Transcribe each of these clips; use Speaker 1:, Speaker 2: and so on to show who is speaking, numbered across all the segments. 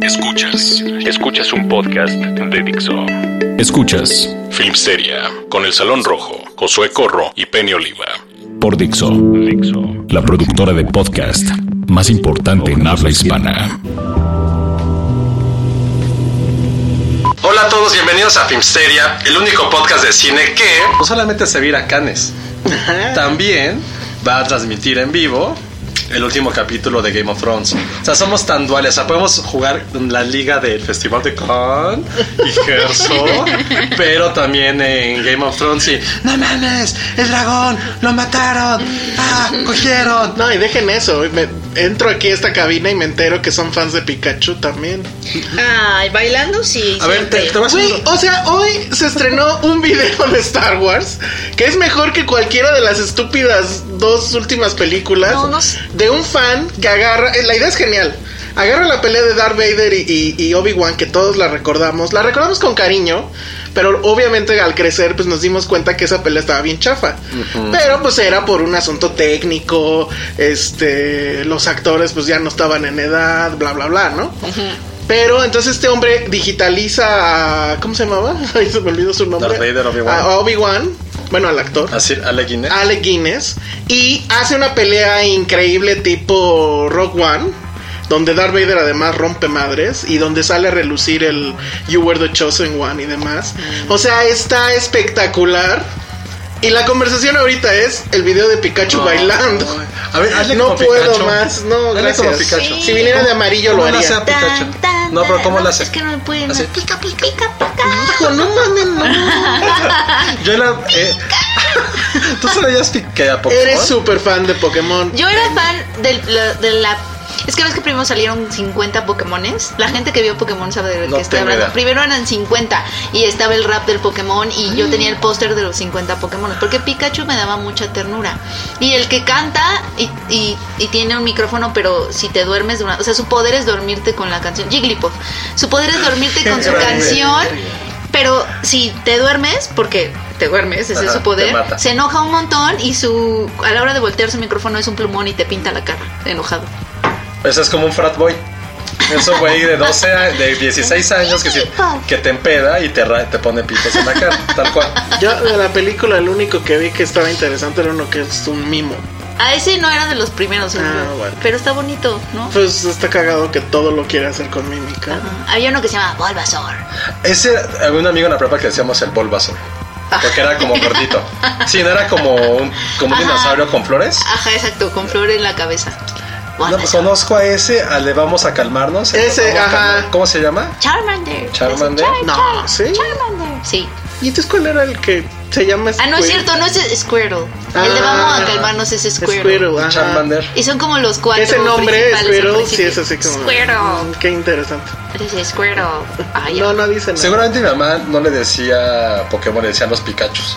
Speaker 1: Escuchas, escuchas un podcast de Dixo. Escuchas Filmsteria con El Salón Rojo, Josué Corro y Penny Oliva. Por Dixo, la productora de podcast más importante en habla hispana.
Speaker 2: Hola a todos, bienvenidos a Filmsteria, el único podcast de cine que no solamente se va a ir a Cannes, también va a transmitir en vivo el último capítulo de Game of Thrones. O sea, somos tan duales, o sea, podemos jugar en la liga del Festival de Cannes y Gerso, pero también en Game of Thrones y no mames, el dragón, lo mataron, ah, cogieron.
Speaker 3: No, y dejen eso. me- entro aquí a esta cabina y me entero que son fans de Pikachu también.
Speaker 4: Ay, bailando sí.
Speaker 2: A ver, te,
Speaker 4: siempre.
Speaker 2: te vas a
Speaker 3: Güey, o sea, hoy se estrenó un video de Star Wars que es mejor que cualquiera de las estúpidas dos últimas películas
Speaker 4: No, no sé.
Speaker 3: de un fan que agarra. eh, La idea es genial. Agarra la pelea de Darth Vader y, y- y Obi-Wan, que todos la recordamos. La recordamos con cariño, pero obviamente al crecer, pues nos dimos cuenta que esa pelea estaba bien chafa. Pero pues era por un asunto técnico. Este. Los actores, pues ya no estaban en edad, bla, bla, bla, ¿no? Pero entonces este hombre digitaliza a. ¿Cómo se llamaba? Ay, se me olvidó su nombre.
Speaker 2: Darth Vader, Obi-Wan.
Speaker 3: A- A Obi-Wan. Bueno, al actor.
Speaker 2: Así, Ale Guinness.
Speaker 3: Alec Guinness. Y hace una pelea increíble tipo Rock One. Donde Darth Vader además rompe madres. Y donde sale a relucir el You Were the Chosen One y demás. O sea, está espectacular. Y la conversación ahorita es el video de Pikachu bailando.
Speaker 2: A ver, hazle
Speaker 3: no
Speaker 2: como
Speaker 3: puedo
Speaker 2: Pikachu.
Speaker 3: más. No,
Speaker 2: Hazle
Speaker 3: gracias.
Speaker 2: como Pikachu.
Speaker 3: Si viniera de amarillo lo
Speaker 2: ¿Cómo le
Speaker 3: haría.
Speaker 2: hace a Pikachu?
Speaker 4: Tan, tan,
Speaker 2: No, pero ¿cómo
Speaker 4: tan.
Speaker 2: la hace?
Speaker 4: Es que no me pueden
Speaker 2: Hace
Speaker 4: hacer. Pica, pica, pica, pica.
Speaker 3: Hijo, no mames, no.
Speaker 2: Yo era. eh, ¿Tú sabías que- que a Pokémon?
Speaker 3: Eres súper fan de Pokémon.
Speaker 4: Yo era fan del- la- de la... Es que ves que primero salieron 50 Pokémones. La gente que vio Pokémon sabe de
Speaker 2: No
Speaker 4: qué estoy
Speaker 2: tengo
Speaker 4: hablando.
Speaker 2: idea.
Speaker 4: Primero eran 50 y estaba el rap del Pokémon y yo tenía el póster de los 50 Pokémones. Porque Pikachu me daba mucha ternura. Y el que canta y, y- y tiene un micrófono, pero si te duermes... dura- o sea, su poder es dormirte con la canción. Jigglypuff. Su poder es dormirte con su
Speaker 2: Grande.
Speaker 4: canción. Pero si te duermes, porque te duermes, ese es
Speaker 2: Ajá,
Speaker 4: su poder,
Speaker 2: te mata.
Speaker 4: se enoja un montón y su a la hora de voltear su micrófono es un plumón y te pinta la cara, enojado.
Speaker 2: Eso Pues es como un frat boy. Es un güey de 12, a- de 16 años que, se- que te empeda y te, ra- te pone pitos en la cara, tal cual.
Speaker 3: Yo de la película el único que vi que estaba interesante era uno que es un mimo.
Speaker 4: A ese no era de los primeros, según
Speaker 3: Ah,
Speaker 4: yo,
Speaker 3: bueno.
Speaker 4: pero está bonito, ¿no?
Speaker 3: Pues está cagado que todo lo quiere hacer con mímica.
Speaker 4: Había uno que se llama Bulbasaur.
Speaker 2: Ese, había un amigo en la prepa que decíamos el Bulbasaur. Porque era como gordito. Sí, no era como un, como un
Speaker 4: Ajá.
Speaker 2: dinosaurio con flores.
Speaker 4: Ajá, exacto, con flor en la cabeza.
Speaker 2: No, pues
Speaker 4: Bulbasaur.
Speaker 2: conozco a ese, a le vamos a calmarnos.
Speaker 3: Ese,
Speaker 2: Vamos a
Speaker 3: ajá.
Speaker 2: calmar- ¿Cómo se llama?
Speaker 4: Charmander.
Speaker 2: Charmander.
Speaker 4: Char-
Speaker 3: No,
Speaker 4: Char-
Speaker 3: ¿sí?
Speaker 4: Charmander. Sí.
Speaker 3: ¿Y entonces cuál era el que se llama
Speaker 4: Ah, no es
Speaker 3: Squirtle?
Speaker 4: cierto, no es Squirtle. el de
Speaker 3: Ah.
Speaker 4: vamos a calmarnos es Squirtle.
Speaker 3: Squirtle, ajá.
Speaker 2: Charmander.
Speaker 4: Y son como los cuatro.
Speaker 3: Ese nombre,
Speaker 4: principales al
Speaker 3: Squirtle, sí es
Speaker 4: principio.
Speaker 3: así como.
Speaker 4: Squirtle.
Speaker 3: Mm, Qué interesante.
Speaker 4: Dice Squirtle. Ay,
Speaker 3: No, no dice nada.
Speaker 2: Seguramente mi mamá no le decía Pokémon, le decían los Pikachus.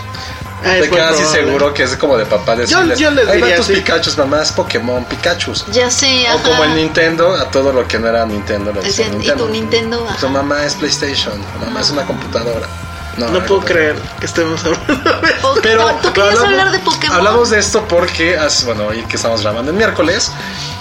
Speaker 3: Ah, es
Speaker 2: Estoy
Speaker 3: muy
Speaker 2: casi
Speaker 3: probable.
Speaker 2: seguro que es como de papá decirles,
Speaker 3: yo les
Speaker 2: Ahí van
Speaker 3: diría
Speaker 2: tus
Speaker 3: así".
Speaker 2: Pikachus, mamá, es Pokémon, Pikachus.
Speaker 4: Ya sé,
Speaker 2: O
Speaker 4: ajá.
Speaker 2: como el Nintendo, a todo lo que no era Nintendo le
Speaker 4: Decían,
Speaker 2: decían
Speaker 4: "¿Y tu Nintendo? Ajá.
Speaker 2: Tu mamá es PlayStation, tu mamá es una computadora.
Speaker 3: No
Speaker 2: era
Speaker 3: puedo
Speaker 2: computadora.
Speaker 3: creer que estemos hablando de
Speaker 4: Po-
Speaker 2: Pero
Speaker 4: no, tú querías hablar de Pokémon.
Speaker 2: Hablamos de esto porque, hace- bueno, hoy que estamos grabando el miércoles,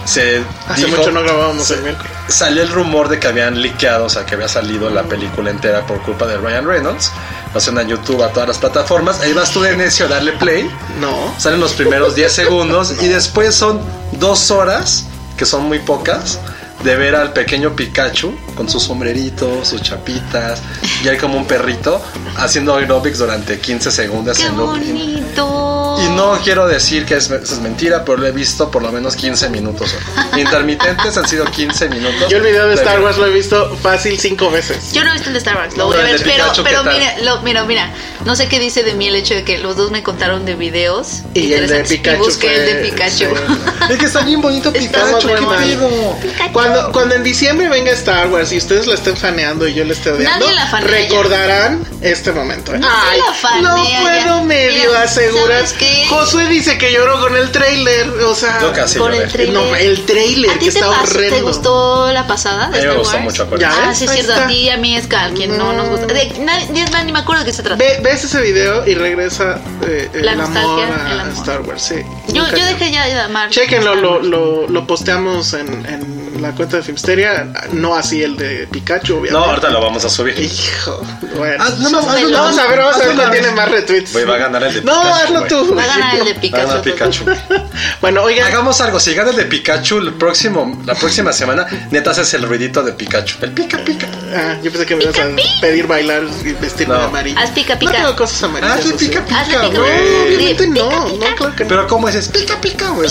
Speaker 2: se
Speaker 3: Hace
Speaker 2: dijo-
Speaker 3: mucho no grabábamos
Speaker 2: se-
Speaker 3: el miércoles.
Speaker 2: Salió el rumor de que habían liqueado, o sea, que había salido la película entera por culpa de Ryan Reynolds. lo hacen a YouTube, a todas las plataformas. Ahí vas tú de necio a darle play.
Speaker 3: No.
Speaker 2: Salen los primeros 10 segundos y después son dos horas, que son muy pocas, de ver al pequeño Pikachu con su sombrerito, sus chapitas, y hay como un perrito haciendo aerobics durante 15 segundos
Speaker 4: ¡Qué
Speaker 2: en loop.
Speaker 4: bonito!
Speaker 2: Y no quiero decir que es, eso es mentira, pero lo he visto por lo menos 15 minutos. Intermitentes han sido 15 minutos.
Speaker 3: Yo el video de Star
Speaker 2: ver.
Speaker 3: Wars lo he visto fácil cinco veces.
Speaker 4: Yo no he visto el de Starbucks, lo
Speaker 2: No,
Speaker 4: voy a
Speaker 2: el de
Speaker 4: ver, pero,
Speaker 2: Pikachu,
Speaker 4: pero
Speaker 2: ¿qué tal?
Speaker 4: mira, lo- mira, mira, no sé qué dice de mí el hecho de que los dos me contaron de videos
Speaker 3: Y el de
Speaker 4: interesantes,
Speaker 3: Pikachu.
Speaker 4: y busqué el de
Speaker 3: fue- este,
Speaker 4: Pikachu.
Speaker 3: sí.
Speaker 2: Es que está bien bonito
Speaker 3: Está
Speaker 2: Pikachu,
Speaker 3: muy
Speaker 2: qué
Speaker 3: mal.
Speaker 2: pedo.
Speaker 3: Cuando, cuando en diciembre venga Star Wars y ustedes la estén faneando y yo la esté odiando,
Speaker 4: Nadie la fanea
Speaker 3: recordarán este momento. ¿eh?
Speaker 4: No se la fanea
Speaker 3: no
Speaker 4: ya.
Speaker 3: puedo medio
Speaker 4: Mira,
Speaker 3: asegurar.
Speaker 4: ¿sabes qué?
Speaker 3: Josué dice que lloró con el trailer, o sea, eh,
Speaker 2: Yo casi
Speaker 4: Por
Speaker 2: lloré.
Speaker 4: el trailer.
Speaker 3: no, el trailer
Speaker 4: ¿A
Speaker 3: que
Speaker 4: ti te,
Speaker 3: está
Speaker 4: pasó-
Speaker 3: horrendo.
Speaker 4: te gustó la pasada?
Speaker 2: A
Speaker 4: De
Speaker 2: mí me
Speaker 4: Star
Speaker 2: gustó
Speaker 4: Wars?
Speaker 2: mucho, acuérdate.
Speaker 3: Ya
Speaker 4: Ah,
Speaker 3: ves,
Speaker 4: sí, es
Speaker 3: ahí
Speaker 4: cierto,
Speaker 3: está.
Speaker 4: a ti y a mí es cada quien, no, nos gusta. De, na- de- na- ni me acuerdo de qué se trata.
Speaker 3: Ve- ves ese video y regresa eh, el
Speaker 4: La
Speaker 3: amor
Speaker 4: nostalgia,
Speaker 3: a
Speaker 4: el amor.
Speaker 3: Star Wars, sí.
Speaker 4: yo,
Speaker 3: Nunca-
Speaker 4: yo dejé ya de amar.
Speaker 3: Chequenlo,
Speaker 4: Star
Speaker 3: lo,
Speaker 4: Wars.
Speaker 3: lo, lo posteamos en, en la cuenta de Filmsteria, no así el de Pikachu,
Speaker 2: No,
Speaker 3: obviamente.
Speaker 2: ahorita lo vamos a subir.
Speaker 3: Hijo, bueno.
Speaker 2: Haz- nada más, hazlo
Speaker 4: Súbelo.
Speaker 2: una
Speaker 3: Vamos
Speaker 2: vez.
Speaker 3: a ver, vamos a ver
Speaker 2: Hazlo
Speaker 3: cuál
Speaker 2: una
Speaker 3: tiene
Speaker 2: vez.
Speaker 3: más retweets.
Speaker 2: Güey, va a ganar el de
Speaker 3: No,
Speaker 2: Pikachu,
Speaker 3: hazlo
Speaker 2: güey.
Speaker 3: tú.
Speaker 4: Va a ganar el de
Speaker 2: Va a
Speaker 4: Pikachu.
Speaker 2: ganar Pikachu.
Speaker 3: Bueno, oigan,
Speaker 2: Hagamos algo, si gana el de Pikachu el próximo, la próxima semana, neta haces el ruidito de Pikachu. El pica pica.
Speaker 3: ah, yo pensé que me ibas a pedir bailar y vestirme
Speaker 2: No.
Speaker 3: de amarillo.
Speaker 4: Haz pica,
Speaker 3: No
Speaker 4: pica.
Speaker 3: tengo cosas amarillas.
Speaker 2: Hazle
Speaker 3: o sea.
Speaker 2: Ah, pica
Speaker 4: Hazle
Speaker 2: pica,
Speaker 4: pica.
Speaker 2: güey.
Speaker 4: Sí.
Speaker 3: Obviamente no,
Speaker 4: Pica, pica.
Speaker 3: no, claro que no.
Speaker 2: Pero ¿cómo dices? Pica pica, güey.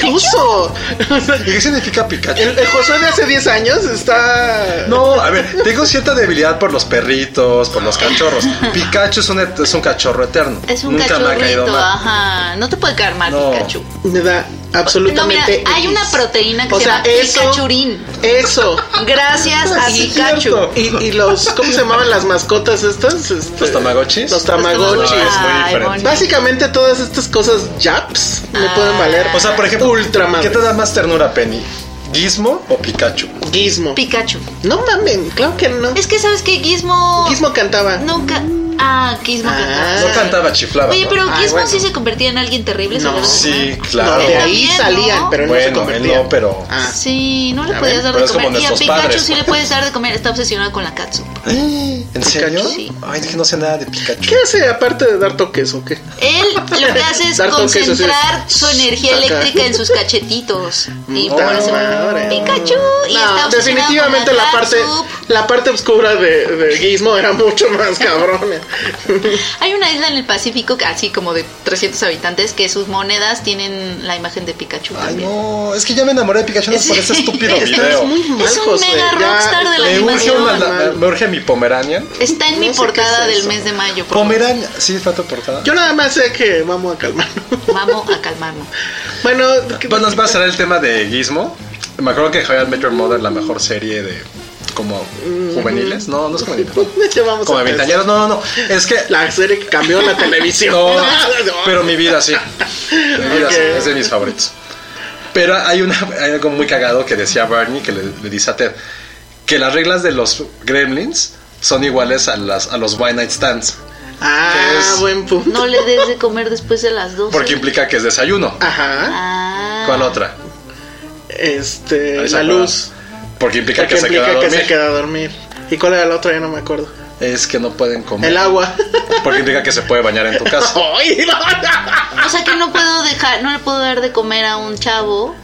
Speaker 3: ¿Qué uso?
Speaker 2: ¿Y qué significa Pikachu?
Speaker 3: El, el Josué de hace 10 años está...
Speaker 2: No, a ver, tengo cierta debilidad por los perritos, por los cachorros. Pikachu es un, et- es un cachorro eterno.
Speaker 4: Es un
Speaker 2: Nunca me ha caído
Speaker 4: cachorrito, ah.
Speaker 2: mal.
Speaker 4: ajá. No te puede caer mal,
Speaker 2: No.
Speaker 4: Pikachu.
Speaker 3: Me da absolutamente...
Speaker 4: No, mira, hay una proteína que se llama Pikachurín.
Speaker 3: Eso.
Speaker 4: Gracias a
Speaker 2: Sí,
Speaker 4: Pikachu.
Speaker 2: cierto.
Speaker 3: Y, y los, ¿cómo se llamaban las mascotas estas? Este,
Speaker 2: ¿Los Tamagotchis?
Speaker 3: Los Tamagotchis.
Speaker 2: Ah, es muy
Speaker 4: Ay,
Speaker 2: diferente.
Speaker 4: bonito.
Speaker 3: Básicamente todas estas cosas japs me
Speaker 4: Ah.
Speaker 3: pueden valer.
Speaker 2: O sea, por ejemplo,
Speaker 3: ultra
Speaker 2: ¿qué te da más ternura, Penny? ¿Gizmo o Pikachu?
Speaker 3: Gizmo.
Speaker 4: Pikachu.
Speaker 3: No mamen, claro que no.
Speaker 4: Es que sabes que Gizmo.
Speaker 3: Gizmo cantaba.
Speaker 4: Nunca. Ah, Gizmo
Speaker 3: Ah.
Speaker 4: cantaba.
Speaker 2: No cantaba, chiflaba.
Speaker 4: Oye,
Speaker 2: ¿no?
Speaker 4: pero
Speaker 3: Ay,
Speaker 4: Gizmo
Speaker 3: bueno.
Speaker 4: sí se convertía en alguien terrible.
Speaker 3: No.
Speaker 4: ¿sabes?
Speaker 2: Sí,
Speaker 3: No,
Speaker 2: claro.
Speaker 3: de ahí
Speaker 4: También,
Speaker 3: salían,
Speaker 4: ¿no?
Speaker 3: pero no se
Speaker 2: Bueno, él
Speaker 3: convertían.
Speaker 2: no, pero-
Speaker 3: Ah,
Speaker 4: Sí, no le
Speaker 3: Ya ven,
Speaker 4: podías
Speaker 3: pues,
Speaker 4: dar
Speaker 2: pero
Speaker 4: de
Speaker 2: es como
Speaker 4: comer. Y a
Speaker 2: nuestros
Speaker 4: Pikachu
Speaker 2: padres.
Speaker 4: sí le puedes dar de comer. Está obsesionado con la katsu.
Speaker 2: ¿En serio?
Speaker 4: Sí.
Speaker 2: Ay, es que no sé nada de Pikachu.
Speaker 3: ¿Qué hace aparte de dar toques o qué?
Speaker 4: Él lo que hace es
Speaker 3: Dar toques, así.
Speaker 4: concentrar su energía
Speaker 3: Acá.
Speaker 4: eléctrica en sus cachetitos. Y
Speaker 3: Puta
Speaker 4: por eso.
Speaker 3: madre.
Speaker 4: Pikachu. Ah, Y
Speaker 3: No,
Speaker 4: está obsesionado
Speaker 3: definitivamente
Speaker 4: con
Speaker 3: la parte,
Speaker 4: katsu.
Speaker 3: la parte oscura de, de Gizmo era mucho más cabrona.
Speaker 4: Hay una isla en el Pacífico, que- así como de 300 habitantes, que sus monedas tienen la imagen de Pikachu
Speaker 2: Ay,
Speaker 4: también.
Speaker 2: no, es que ya me enamoré de Pikachu no es por ese estúpido
Speaker 4: Sí.
Speaker 2: video.
Speaker 3: muy mal,
Speaker 4: Es un
Speaker 3: José,
Speaker 4: mega
Speaker 3: ya
Speaker 4: rockstar de la
Speaker 2: Me
Speaker 3: está
Speaker 2: urge,
Speaker 4: animación.
Speaker 2: una-
Speaker 3: mal.
Speaker 2: me urge mi Pomerania.
Speaker 4: Está en mi
Speaker 3: No sé
Speaker 4: portada
Speaker 3: qué es
Speaker 4: del
Speaker 3: eso.
Speaker 4: mes de mayo. por favor.
Speaker 2: Pomerania, sí, falta portada.
Speaker 3: Yo nada más sé que vamos a calmarnos.
Speaker 4: Vamos a calmarnos.
Speaker 3: Bueno, ¿qué-
Speaker 2: Pues nos va a cerrar el tema de Gizmo. Me acuerdo que Javier Met Your Mother, la mejor serie de como juveniles. No, no es juvenil. bueno,
Speaker 3: Ya vamos
Speaker 2: como
Speaker 3: a
Speaker 2: de veinteañeros. No, no, no. Es que.
Speaker 3: la serie que cambió la televisión.
Speaker 2: No, pero mi vida sí. Mi vida sí, Es de mis favoritos. Pero hay, una, hay algo muy cagado que decía Barney, que le, le dice a Ted, que las reglas de los gremlins son iguales a, las, a los One Night Stands,
Speaker 3: Ah,
Speaker 2: Es-
Speaker 3: buen punto.
Speaker 4: No le des de comer después de las 12.
Speaker 2: porque implica que es desayuno.
Speaker 3: Ajá.
Speaker 4: Ah.
Speaker 2: ¿Cuál otra?
Speaker 3: Este,
Speaker 2: Ahí se
Speaker 3: la
Speaker 2: acuerdan.
Speaker 3: luz.
Speaker 2: Porque implica
Speaker 3: Porque
Speaker 2: que se queda
Speaker 3: implica
Speaker 2: a
Speaker 3: que
Speaker 2: dormir.
Speaker 3: se queda a dormir. ¿Y cuál era la otra? Ya no me acuerdo.
Speaker 2: Es que no pueden comer.
Speaker 3: El agua.
Speaker 2: Porque implica que se puede bañar en tu casa.
Speaker 3: Ay, no.
Speaker 4: O sea que no puedo dejar, no le puedo dar de comer a un chavo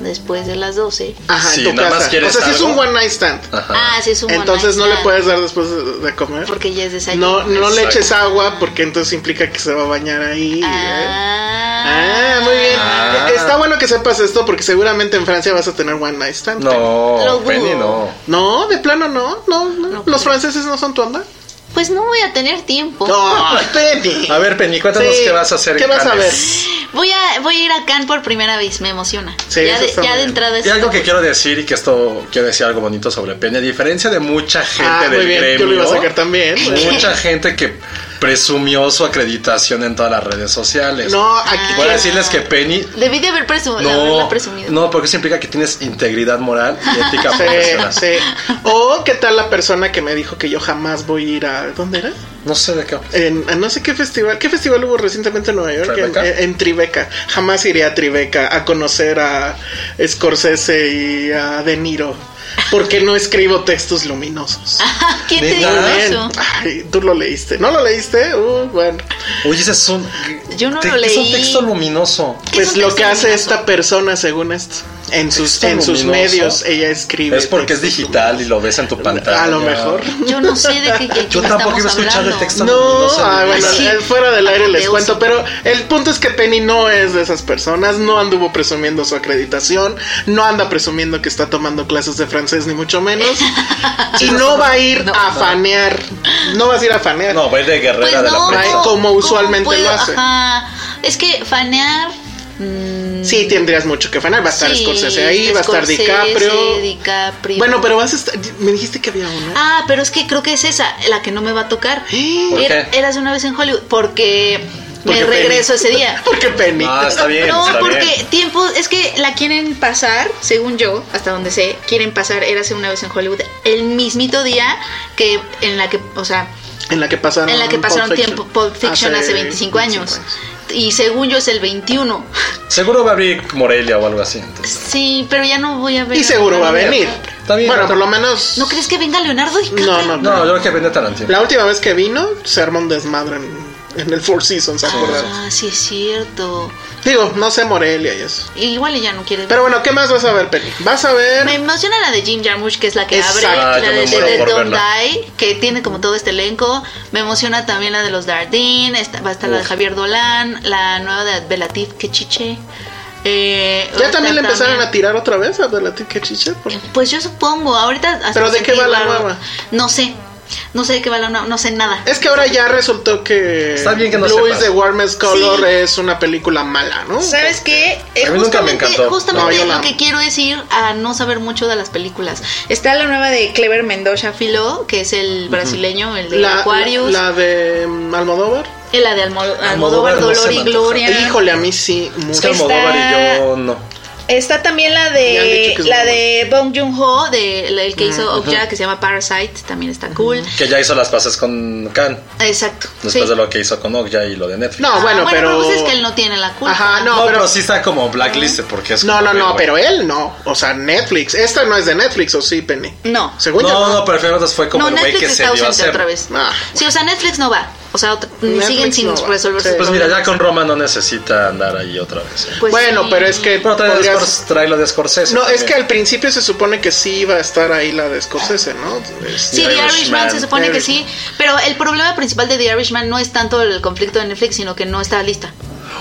Speaker 4: después de las 12.
Speaker 3: Ajá,
Speaker 2: Sí,
Speaker 3: en tu
Speaker 2: nada más
Speaker 3: casa.
Speaker 2: quieres
Speaker 3: o sea, si es un
Speaker 2: algo.
Speaker 3: one night stand.
Speaker 2: Ajá.
Speaker 4: Ah, sí, es un one
Speaker 3: Entonces
Speaker 4: night
Speaker 3: no le
Speaker 4: stand.
Speaker 3: puedes dar después de de comer.
Speaker 4: Porque ya es desayuno. Ah.
Speaker 3: no, no le
Speaker 2: Exacto.
Speaker 3: eches agua porque entonces implica que se va a bañar ahí. ¿eh?
Speaker 4: Ah.
Speaker 3: Ah, muy bien.
Speaker 2: Ah.
Speaker 3: Está bueno que sepas esto porque seguramente en Francia vas a tener one night stand.
Speaker 4: Lo
Speaker 2: No,
Speaker 4: dudo.
Speaker 2: Penny no.
Speaker 3: No, de plano no, no, no. pues
Speaker 4: No.
Speaker 3: los franceses no son tu onda.
Speaker 4: Pues no voy a tener tiempo.
Speaker 3: No, Penny.
Speaker 2: A ver, Penny, cuéntanos
Speaker 3: Sí,
Speaker 2: qué vas a hacer.
Speaker 3: ¿Qué
Speaker 2: en
Speaker 3: vas a ver?
Speaker 2: Cannes.
Speaker 4: Voy a, voy a ir a Cannes por primera vez, me emociona.
Speaker 3: Sí,
Speaker 4: ya
Speaker 3: eso
Speaker 4: de,
Speaker 3: está muy
Speaker 4: ya de
Speaker 3: bien.
Speaker 4: entrada es
Speaker 2: Y algo que quiero decir, y que esto quiero decir algo bonito sobre Penny, a diferencia de mucha gente
Speaker 3: Ah,
Speaker 2: del
Speaker 3: muy bien,
Speaker 2: gremio,
Speaker 3: yo lo iba a sacar también.
Speaker 2: mucha gente que presumió su acreditación en todas las redes sociales.
Speaker 3: No, aquí
Speaker 2: Voy a decirles que Penny
Speaker 4: Debí de haber presumido,
Speaker 2: no,
Speaker 4: presumido.
Speaker 2: no, porque eso implica que tienes integridad moral y ética profesional.
Speaker 3: Sí, sí. O qué tal la persona que me dijo que yo jamás voy a ir a ¿dónde era?
Speaker 2: No sé de qué.
Speaker 3: En, en no sé qué festival, ¿qué festival hubo recientemente en Nueva York? En,
Speaker 2: ¿Tribeca?
Speaker 3: en- en Tribeca. Jamás iré a Tribeca a conocer a Scorsese y a De Niro. porque no escribo textos luminosos.
Speaker 4: ¿Quién te dijo
Speaker 2: ¿Neta?
Speaker 4: eso?
Speaker 3: Ay, tú lo leíste. ¿No lo leíste? Uh, bueno.
Speaker 2: Oye, ese es un.
Speaker 4: Yo no
Speaker 2: te-
Speaker 4: lo
Speaker 2: Es un
Speaker 4: leí.
Speaker 2: texto luminoso.
Speaker 4: ¿Qué es
Speaker 3: Pues
Speaker 4: un
Speaker 3: lo
Speaker 4: texto
Speaker 3: que hace
Speaker 4: luminoso?
Speaker 3: esta persona, según esto, en sus,
Speaker 2: ¿Texto
Speaker 3: en sus
Speaker 2: luminoso?
Speaker 3: medios, ella escribe.
Speaker 2: Es porque es
Speaker 3: textos
Speaker 2: digital y lo ves en tu pantalla.
Speaker 3: A lo mejor.
Speaker 4: Yo no sé de qué, qué-
Speaker 2: Yo
Speaker 4: qué
Speaker 2: tampoco
Speaker 4: estamos
Speaker 2: iba a escuchar
Speaker 4: hablando.
Speaker 2: el texto.
Speaker 3: No,
Speaker 2: luminoso,
Speaker 3: ah, bueno,
Speaker 4: Así.
Speaker 3: eh, fuera del aire les
Speaker 4: Amateusi.
Speaker 3: cuento, pero el punto es que Penny no es de esas personas, no anduvo presumiendo su acreditación, no anda presumiendo que está tomando clases de francés, ni mucho menos, y no va a ir
Speaker 4: No.
Speaker 3: a fanear, no vas a ir a fanear.
Speaker 2: No, va a ir de
Speaker 4: Pues
Speaker 2: guerrera de la
Speaker 4: no,
Speaker 2: prensa.
Speaker 3: Como
Speaker 4: ¿cómo
Speaker 3: usualmente lo
Speaker 4: puedo?
Speaker 3: hace.
Speaker 4: Ajá. Es que fanear. mm,
Speaker 3: Sí, tendrías mucho que fanear, va a estar
Speaker 4: sí,
Speaker 3: Scorsese ahí, va a estar
Speaker 4: Scorsese,
Speaker 3: DiCaprio.
Speaker 4: DiCaprio.
Speaker 3: Bueno, pero vas a estar, me dijiste que había uno.
Speaker 4: Ah, pero es que creo que es esa la que no me va a tocar.
Speaker 3: ¿Por
Speaker 4: Era-
Speaker 2: qué?
Speaker 4: eras una vez en Hollywood porque
Speaker 3: Porque
Speaker 4: me
Speaker 3: Penny.
Speaker 4: regreso ese día.
Speaker 3: Porque Penny.
Speaker 2: Ah, está bien.
Speaker 4: No,
Speaker 2: está
Speaker 4: porque
Speaker 2: bien.
Speaker 4: tiempo es que la quieren pasar, según yo, hasta donde sé, quieren pasar érase una vez en Hollywood el mismito día que en la que, o sea,
Speaker 3: En la que pasaron.
Speaker 4: en la que
Speaker 3: Ah, Pulp
Speaker 4: pasaron
Speaker 3: Fiction.
Speaker 4: tiempo Pulp Fiction hace, 25 años. Y según yo es el 21.
Speaker 2: Seguro va a abrir Morelia o algo así. entonces.
Speaker 4: Sí, pero ya no voy a ver.
Speaker 3: Y seguro va a venir.
Speaker 2: Está bien,
Speaker 3: bueno,
Speaker 2: no te-
Speaker 3: por lo menos.
Speaker 4: ¿No crees que venga Leonardo DiCaprio?
Speaker 3: No, no,
Speaker 2: No, yo creo que vende Tarantino.
Speaker 3: La última vez que vino, se armó un desmadre en, en el Four Seasons, ¿se acuerdan?
Speaker 4: Ah, sí es cierto.
Speaker 3: Digo, no sé Morelia y eso.
Speaker 4: Igual ella no quiere.
Speaker 3: Pero bueno, ¿qué más vas a ver, Penny? Vas a ver.
Speaker 4: Me emociona la de Jim Jarmusch, que es la que
Speaker 3: Exacto.
Speaker 2: Ah,
Speaker 4: abre,
Speaker 2: yo
Speaker 4: la
Speaker 2: me
Speaker 4: de
Speaker 2: muero
Speaker 4: Dead
Speaker 2: por
Speaker 4: Don't
Speaker 2: verla.
Speaker 4: Die, que tiene como todo este elenco. Me emociona también la de los Dardín, esta- va a estar la de Javier Dolan, la nueva de Belatif, que chiche. Eh,
Speaker 3: Ya
Speaker 4: ahorita
Speaker 3: también le empezaron a tirar otra vez a Belatit Kechiche. por-
Speaker 4: Pues yo supongo, ahorita... hasta
Speaker 3: ¿Pero de
Speaker 4: sentí
Speaker 3: qué va la
Speaker 4: raro.
Speaker 3: nueva?
Speaker 4: No sé, no sé de qué va la nueva, no sé nada.
Speaker 3: Es que ahora ya resultó que.
Speaker 2: Está bien que no
Speaker 3: Blue is
Speaker 2: sepas.
Speaker 3: the Warmest Color
Speaker 4: Sí.
Speaker 3: es una película mala, ¿no?
Speaker 4: ¿Sabes qué? Eh,
Speaker 2: A mí nunca me
Speaker 4: justamente-
Speaker 2: encantó.
Speaker 4: Justamente
Speaker 3: No, yo
Speaker 4: lo
Speaker 3: la-
Speaker 4: que quiero es ir a no saber mucho de las películas. Está la nueva de Clever Mendoza Filó, que es el brasileño, el de
Speaker 3: La,
Speaker 4: Aquarius.
Speaker 3: la de mm, Almodóvar.
Speaker 4: Y la de Almo- Almodóvar,
Speaker 2: Almodóvar no
Speaker 4: Dolor
Speaker 2: se me
Speaker 4: y
Speaker 2: antoja.
Speaker 4: Gloria.
Speaker 3: Híjole, a mí sí,
Speaker 2: Es
Speaker 3: mucho.
Speaker 2: que Almodóvar y
Speaker 4: Está-
Speaker 2: yo no.
Speaker 4: Está también la
Speaker 3: Me han
Speaker 4: de
Speaker 3: dicho que es
Speaker 4: la
Speaker 3: muy
Speaker 4: de Bong Joon-ho, de la- el que hizo Okja, que se llama Parasite, también está cool.
Speaker 2: Que ya hizo las paces con Khan.
Speaker 4: Exacto.
Speaker 2: Después
Speaker 4: sí.
Speaker 2: de lo que hizo con Okja y lo de Netflix.
Speaker 3: No,
Speaker 4: Ah,
Speaker 3: bueno, pero.
Speaker 4: pues es que él no tiene la culpa.
Speaker 3: Ajá, no,
Speaker 2: No, pero,
Speaker 3: pero.
Speaker 2: sí está como blacklist porque es.
Speaker 3: No,
Speaker 2: como
Speaker 3: no,
Speaker 2: de,
Speaker 3: no,
Speaker 2: güey.
Speaker 3: pero él no. O sea, Netflix. Esta no es de Netflix, ¿o sí, Penny?
Speaker 4: No.
Speaker 3: Según yo.
Speaker 2: No, no, pero al final fue como
Speaker 4: No,
Speaker 2: el güey
Speaker 4: Netflix
Speaker 2: que se
Speaker 4: está
Speaker 2: dio a
Speaker 4: ausente
Speaker 2: hacer.
Speaker 4: otra vez.
Speaker 3: Ah.
Speaker 4: Sí, o sea, Netflix no va. O sea, otra-
Speaker 3: Netflix
Speaker 4: siguen sin
Speaker 3: no va.
Speaker 4: resolver
Speaker 3: Sí.
Speaker 4: sus
Speaker 2: Pues mira,
Speaker 4: problemas.
Speaker 2: ya con Roma no necesita andar ahí otra vez. ¿eh?
Speaker 4: Pues
Speaker 3: bueno,
Speaker 4: sí.
Speaker 3: pero es que.
Speaker 2: Pero trae,
Speaker 3: podrías-
Speaker 2: de Scor- trae lo de Scorsese.
Speaker 3: No, es que
Speaker 2: también.
Speaker 3: al principio se supone que sí iba a estar ahí la de Scorsese, ¿no? Este-
Speaker 4: Sí, The
Speaker 2: Irishman,
Speaker 4: Irishman se supone que sí,
Speaker 3: Irishman.
Speaker 4: pero el problema principal de The Irishman no es tanto el conflicto de Netflix, sino que no está lista.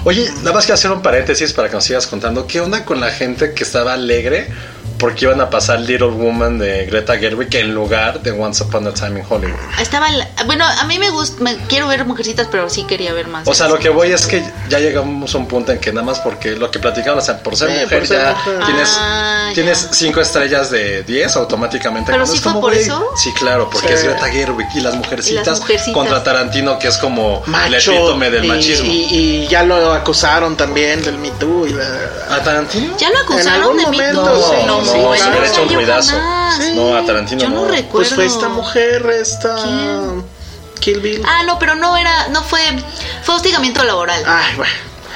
Speaker 2: Oye, nada más que hacer un paréntesis para que nos sigas contando. ¿Qué onda con la gente que estaba alegre porque iban a pasar Little Woman de Greta Gerwig en lugar de Once Upon a Time in Hollywood?
Speaker 4: Estaba, la- bueno, a mí me gusta, me quiero ver Mujercitas, pero sí quería ver más.
Speaker 2: O sea, lo que voy es que ya llegamos a un punto en que nada más porque lo que platicamos, o sea, por ser
Speaker 3: Sí,
Speaker 2: mujer
Speaker 3: por ser
Speaker 2: ya
Speaker 3: mujer.
Speaker 2: tienes
Speaker 4: Ah, ya.
Speaker 2: tienes cinco estrellas de 10 automáticamente.
Speaker 4: ¿Pero
Speaker 2: cuando
Speaker 4: sí
Speaker 2: es
Speaker 4: fue
Speaker 2: como,
Speaker 4: por
Speaker 2: güey,
Speaker 4: eso?
Speaker 2: Sí, claro, porque
Speaker 3: Sí.
Speaker 2: es Greta Gerwig y las mujercitas,
Speaker 4: mujercitas.
Speaker 2: contra Tarantino que es como el
Speaker 3: Macho.
Speaker 2: epítome del
Speaker 3: y,
Speaker 2: machismo.
Speaker 3: Y, y ya lo acusaron también del Me Too. Y la-
Speaker 2: ¿A Tarantino?
Speaker 4: ¿Ya lo
Speaker 3: En
Speaker 4: acusaron
Speaker 3: algún
Speaker 4: de mí?
Speaker 3: momento,
Speaker 2: No,
Speaker 3: sí,
Speaker 2: no,
Speaker 3: sí,
Speaker 2: no,
Speaker 3: claro.
Speaker 2: se hubiera hecho un
Speaker 4: Yo
Speaker 2: ruidazo.
Speaker 4: jamás.
Speaker 3: Sí.
Speaker 2: No, a Tarantino
Speaker 4: Yo no
Speaker 2: no.
Speaker 4: recuerdo.
Speaker 3: Pues fue esta mujer, esta.
Speaker 4: ¿Quién?
Speaker 3: Kill Bill.
Speaker 4: Ah, no, pero no era, no fue, fue hostigamiento laboral.
Speaker 3: Ay, bueno.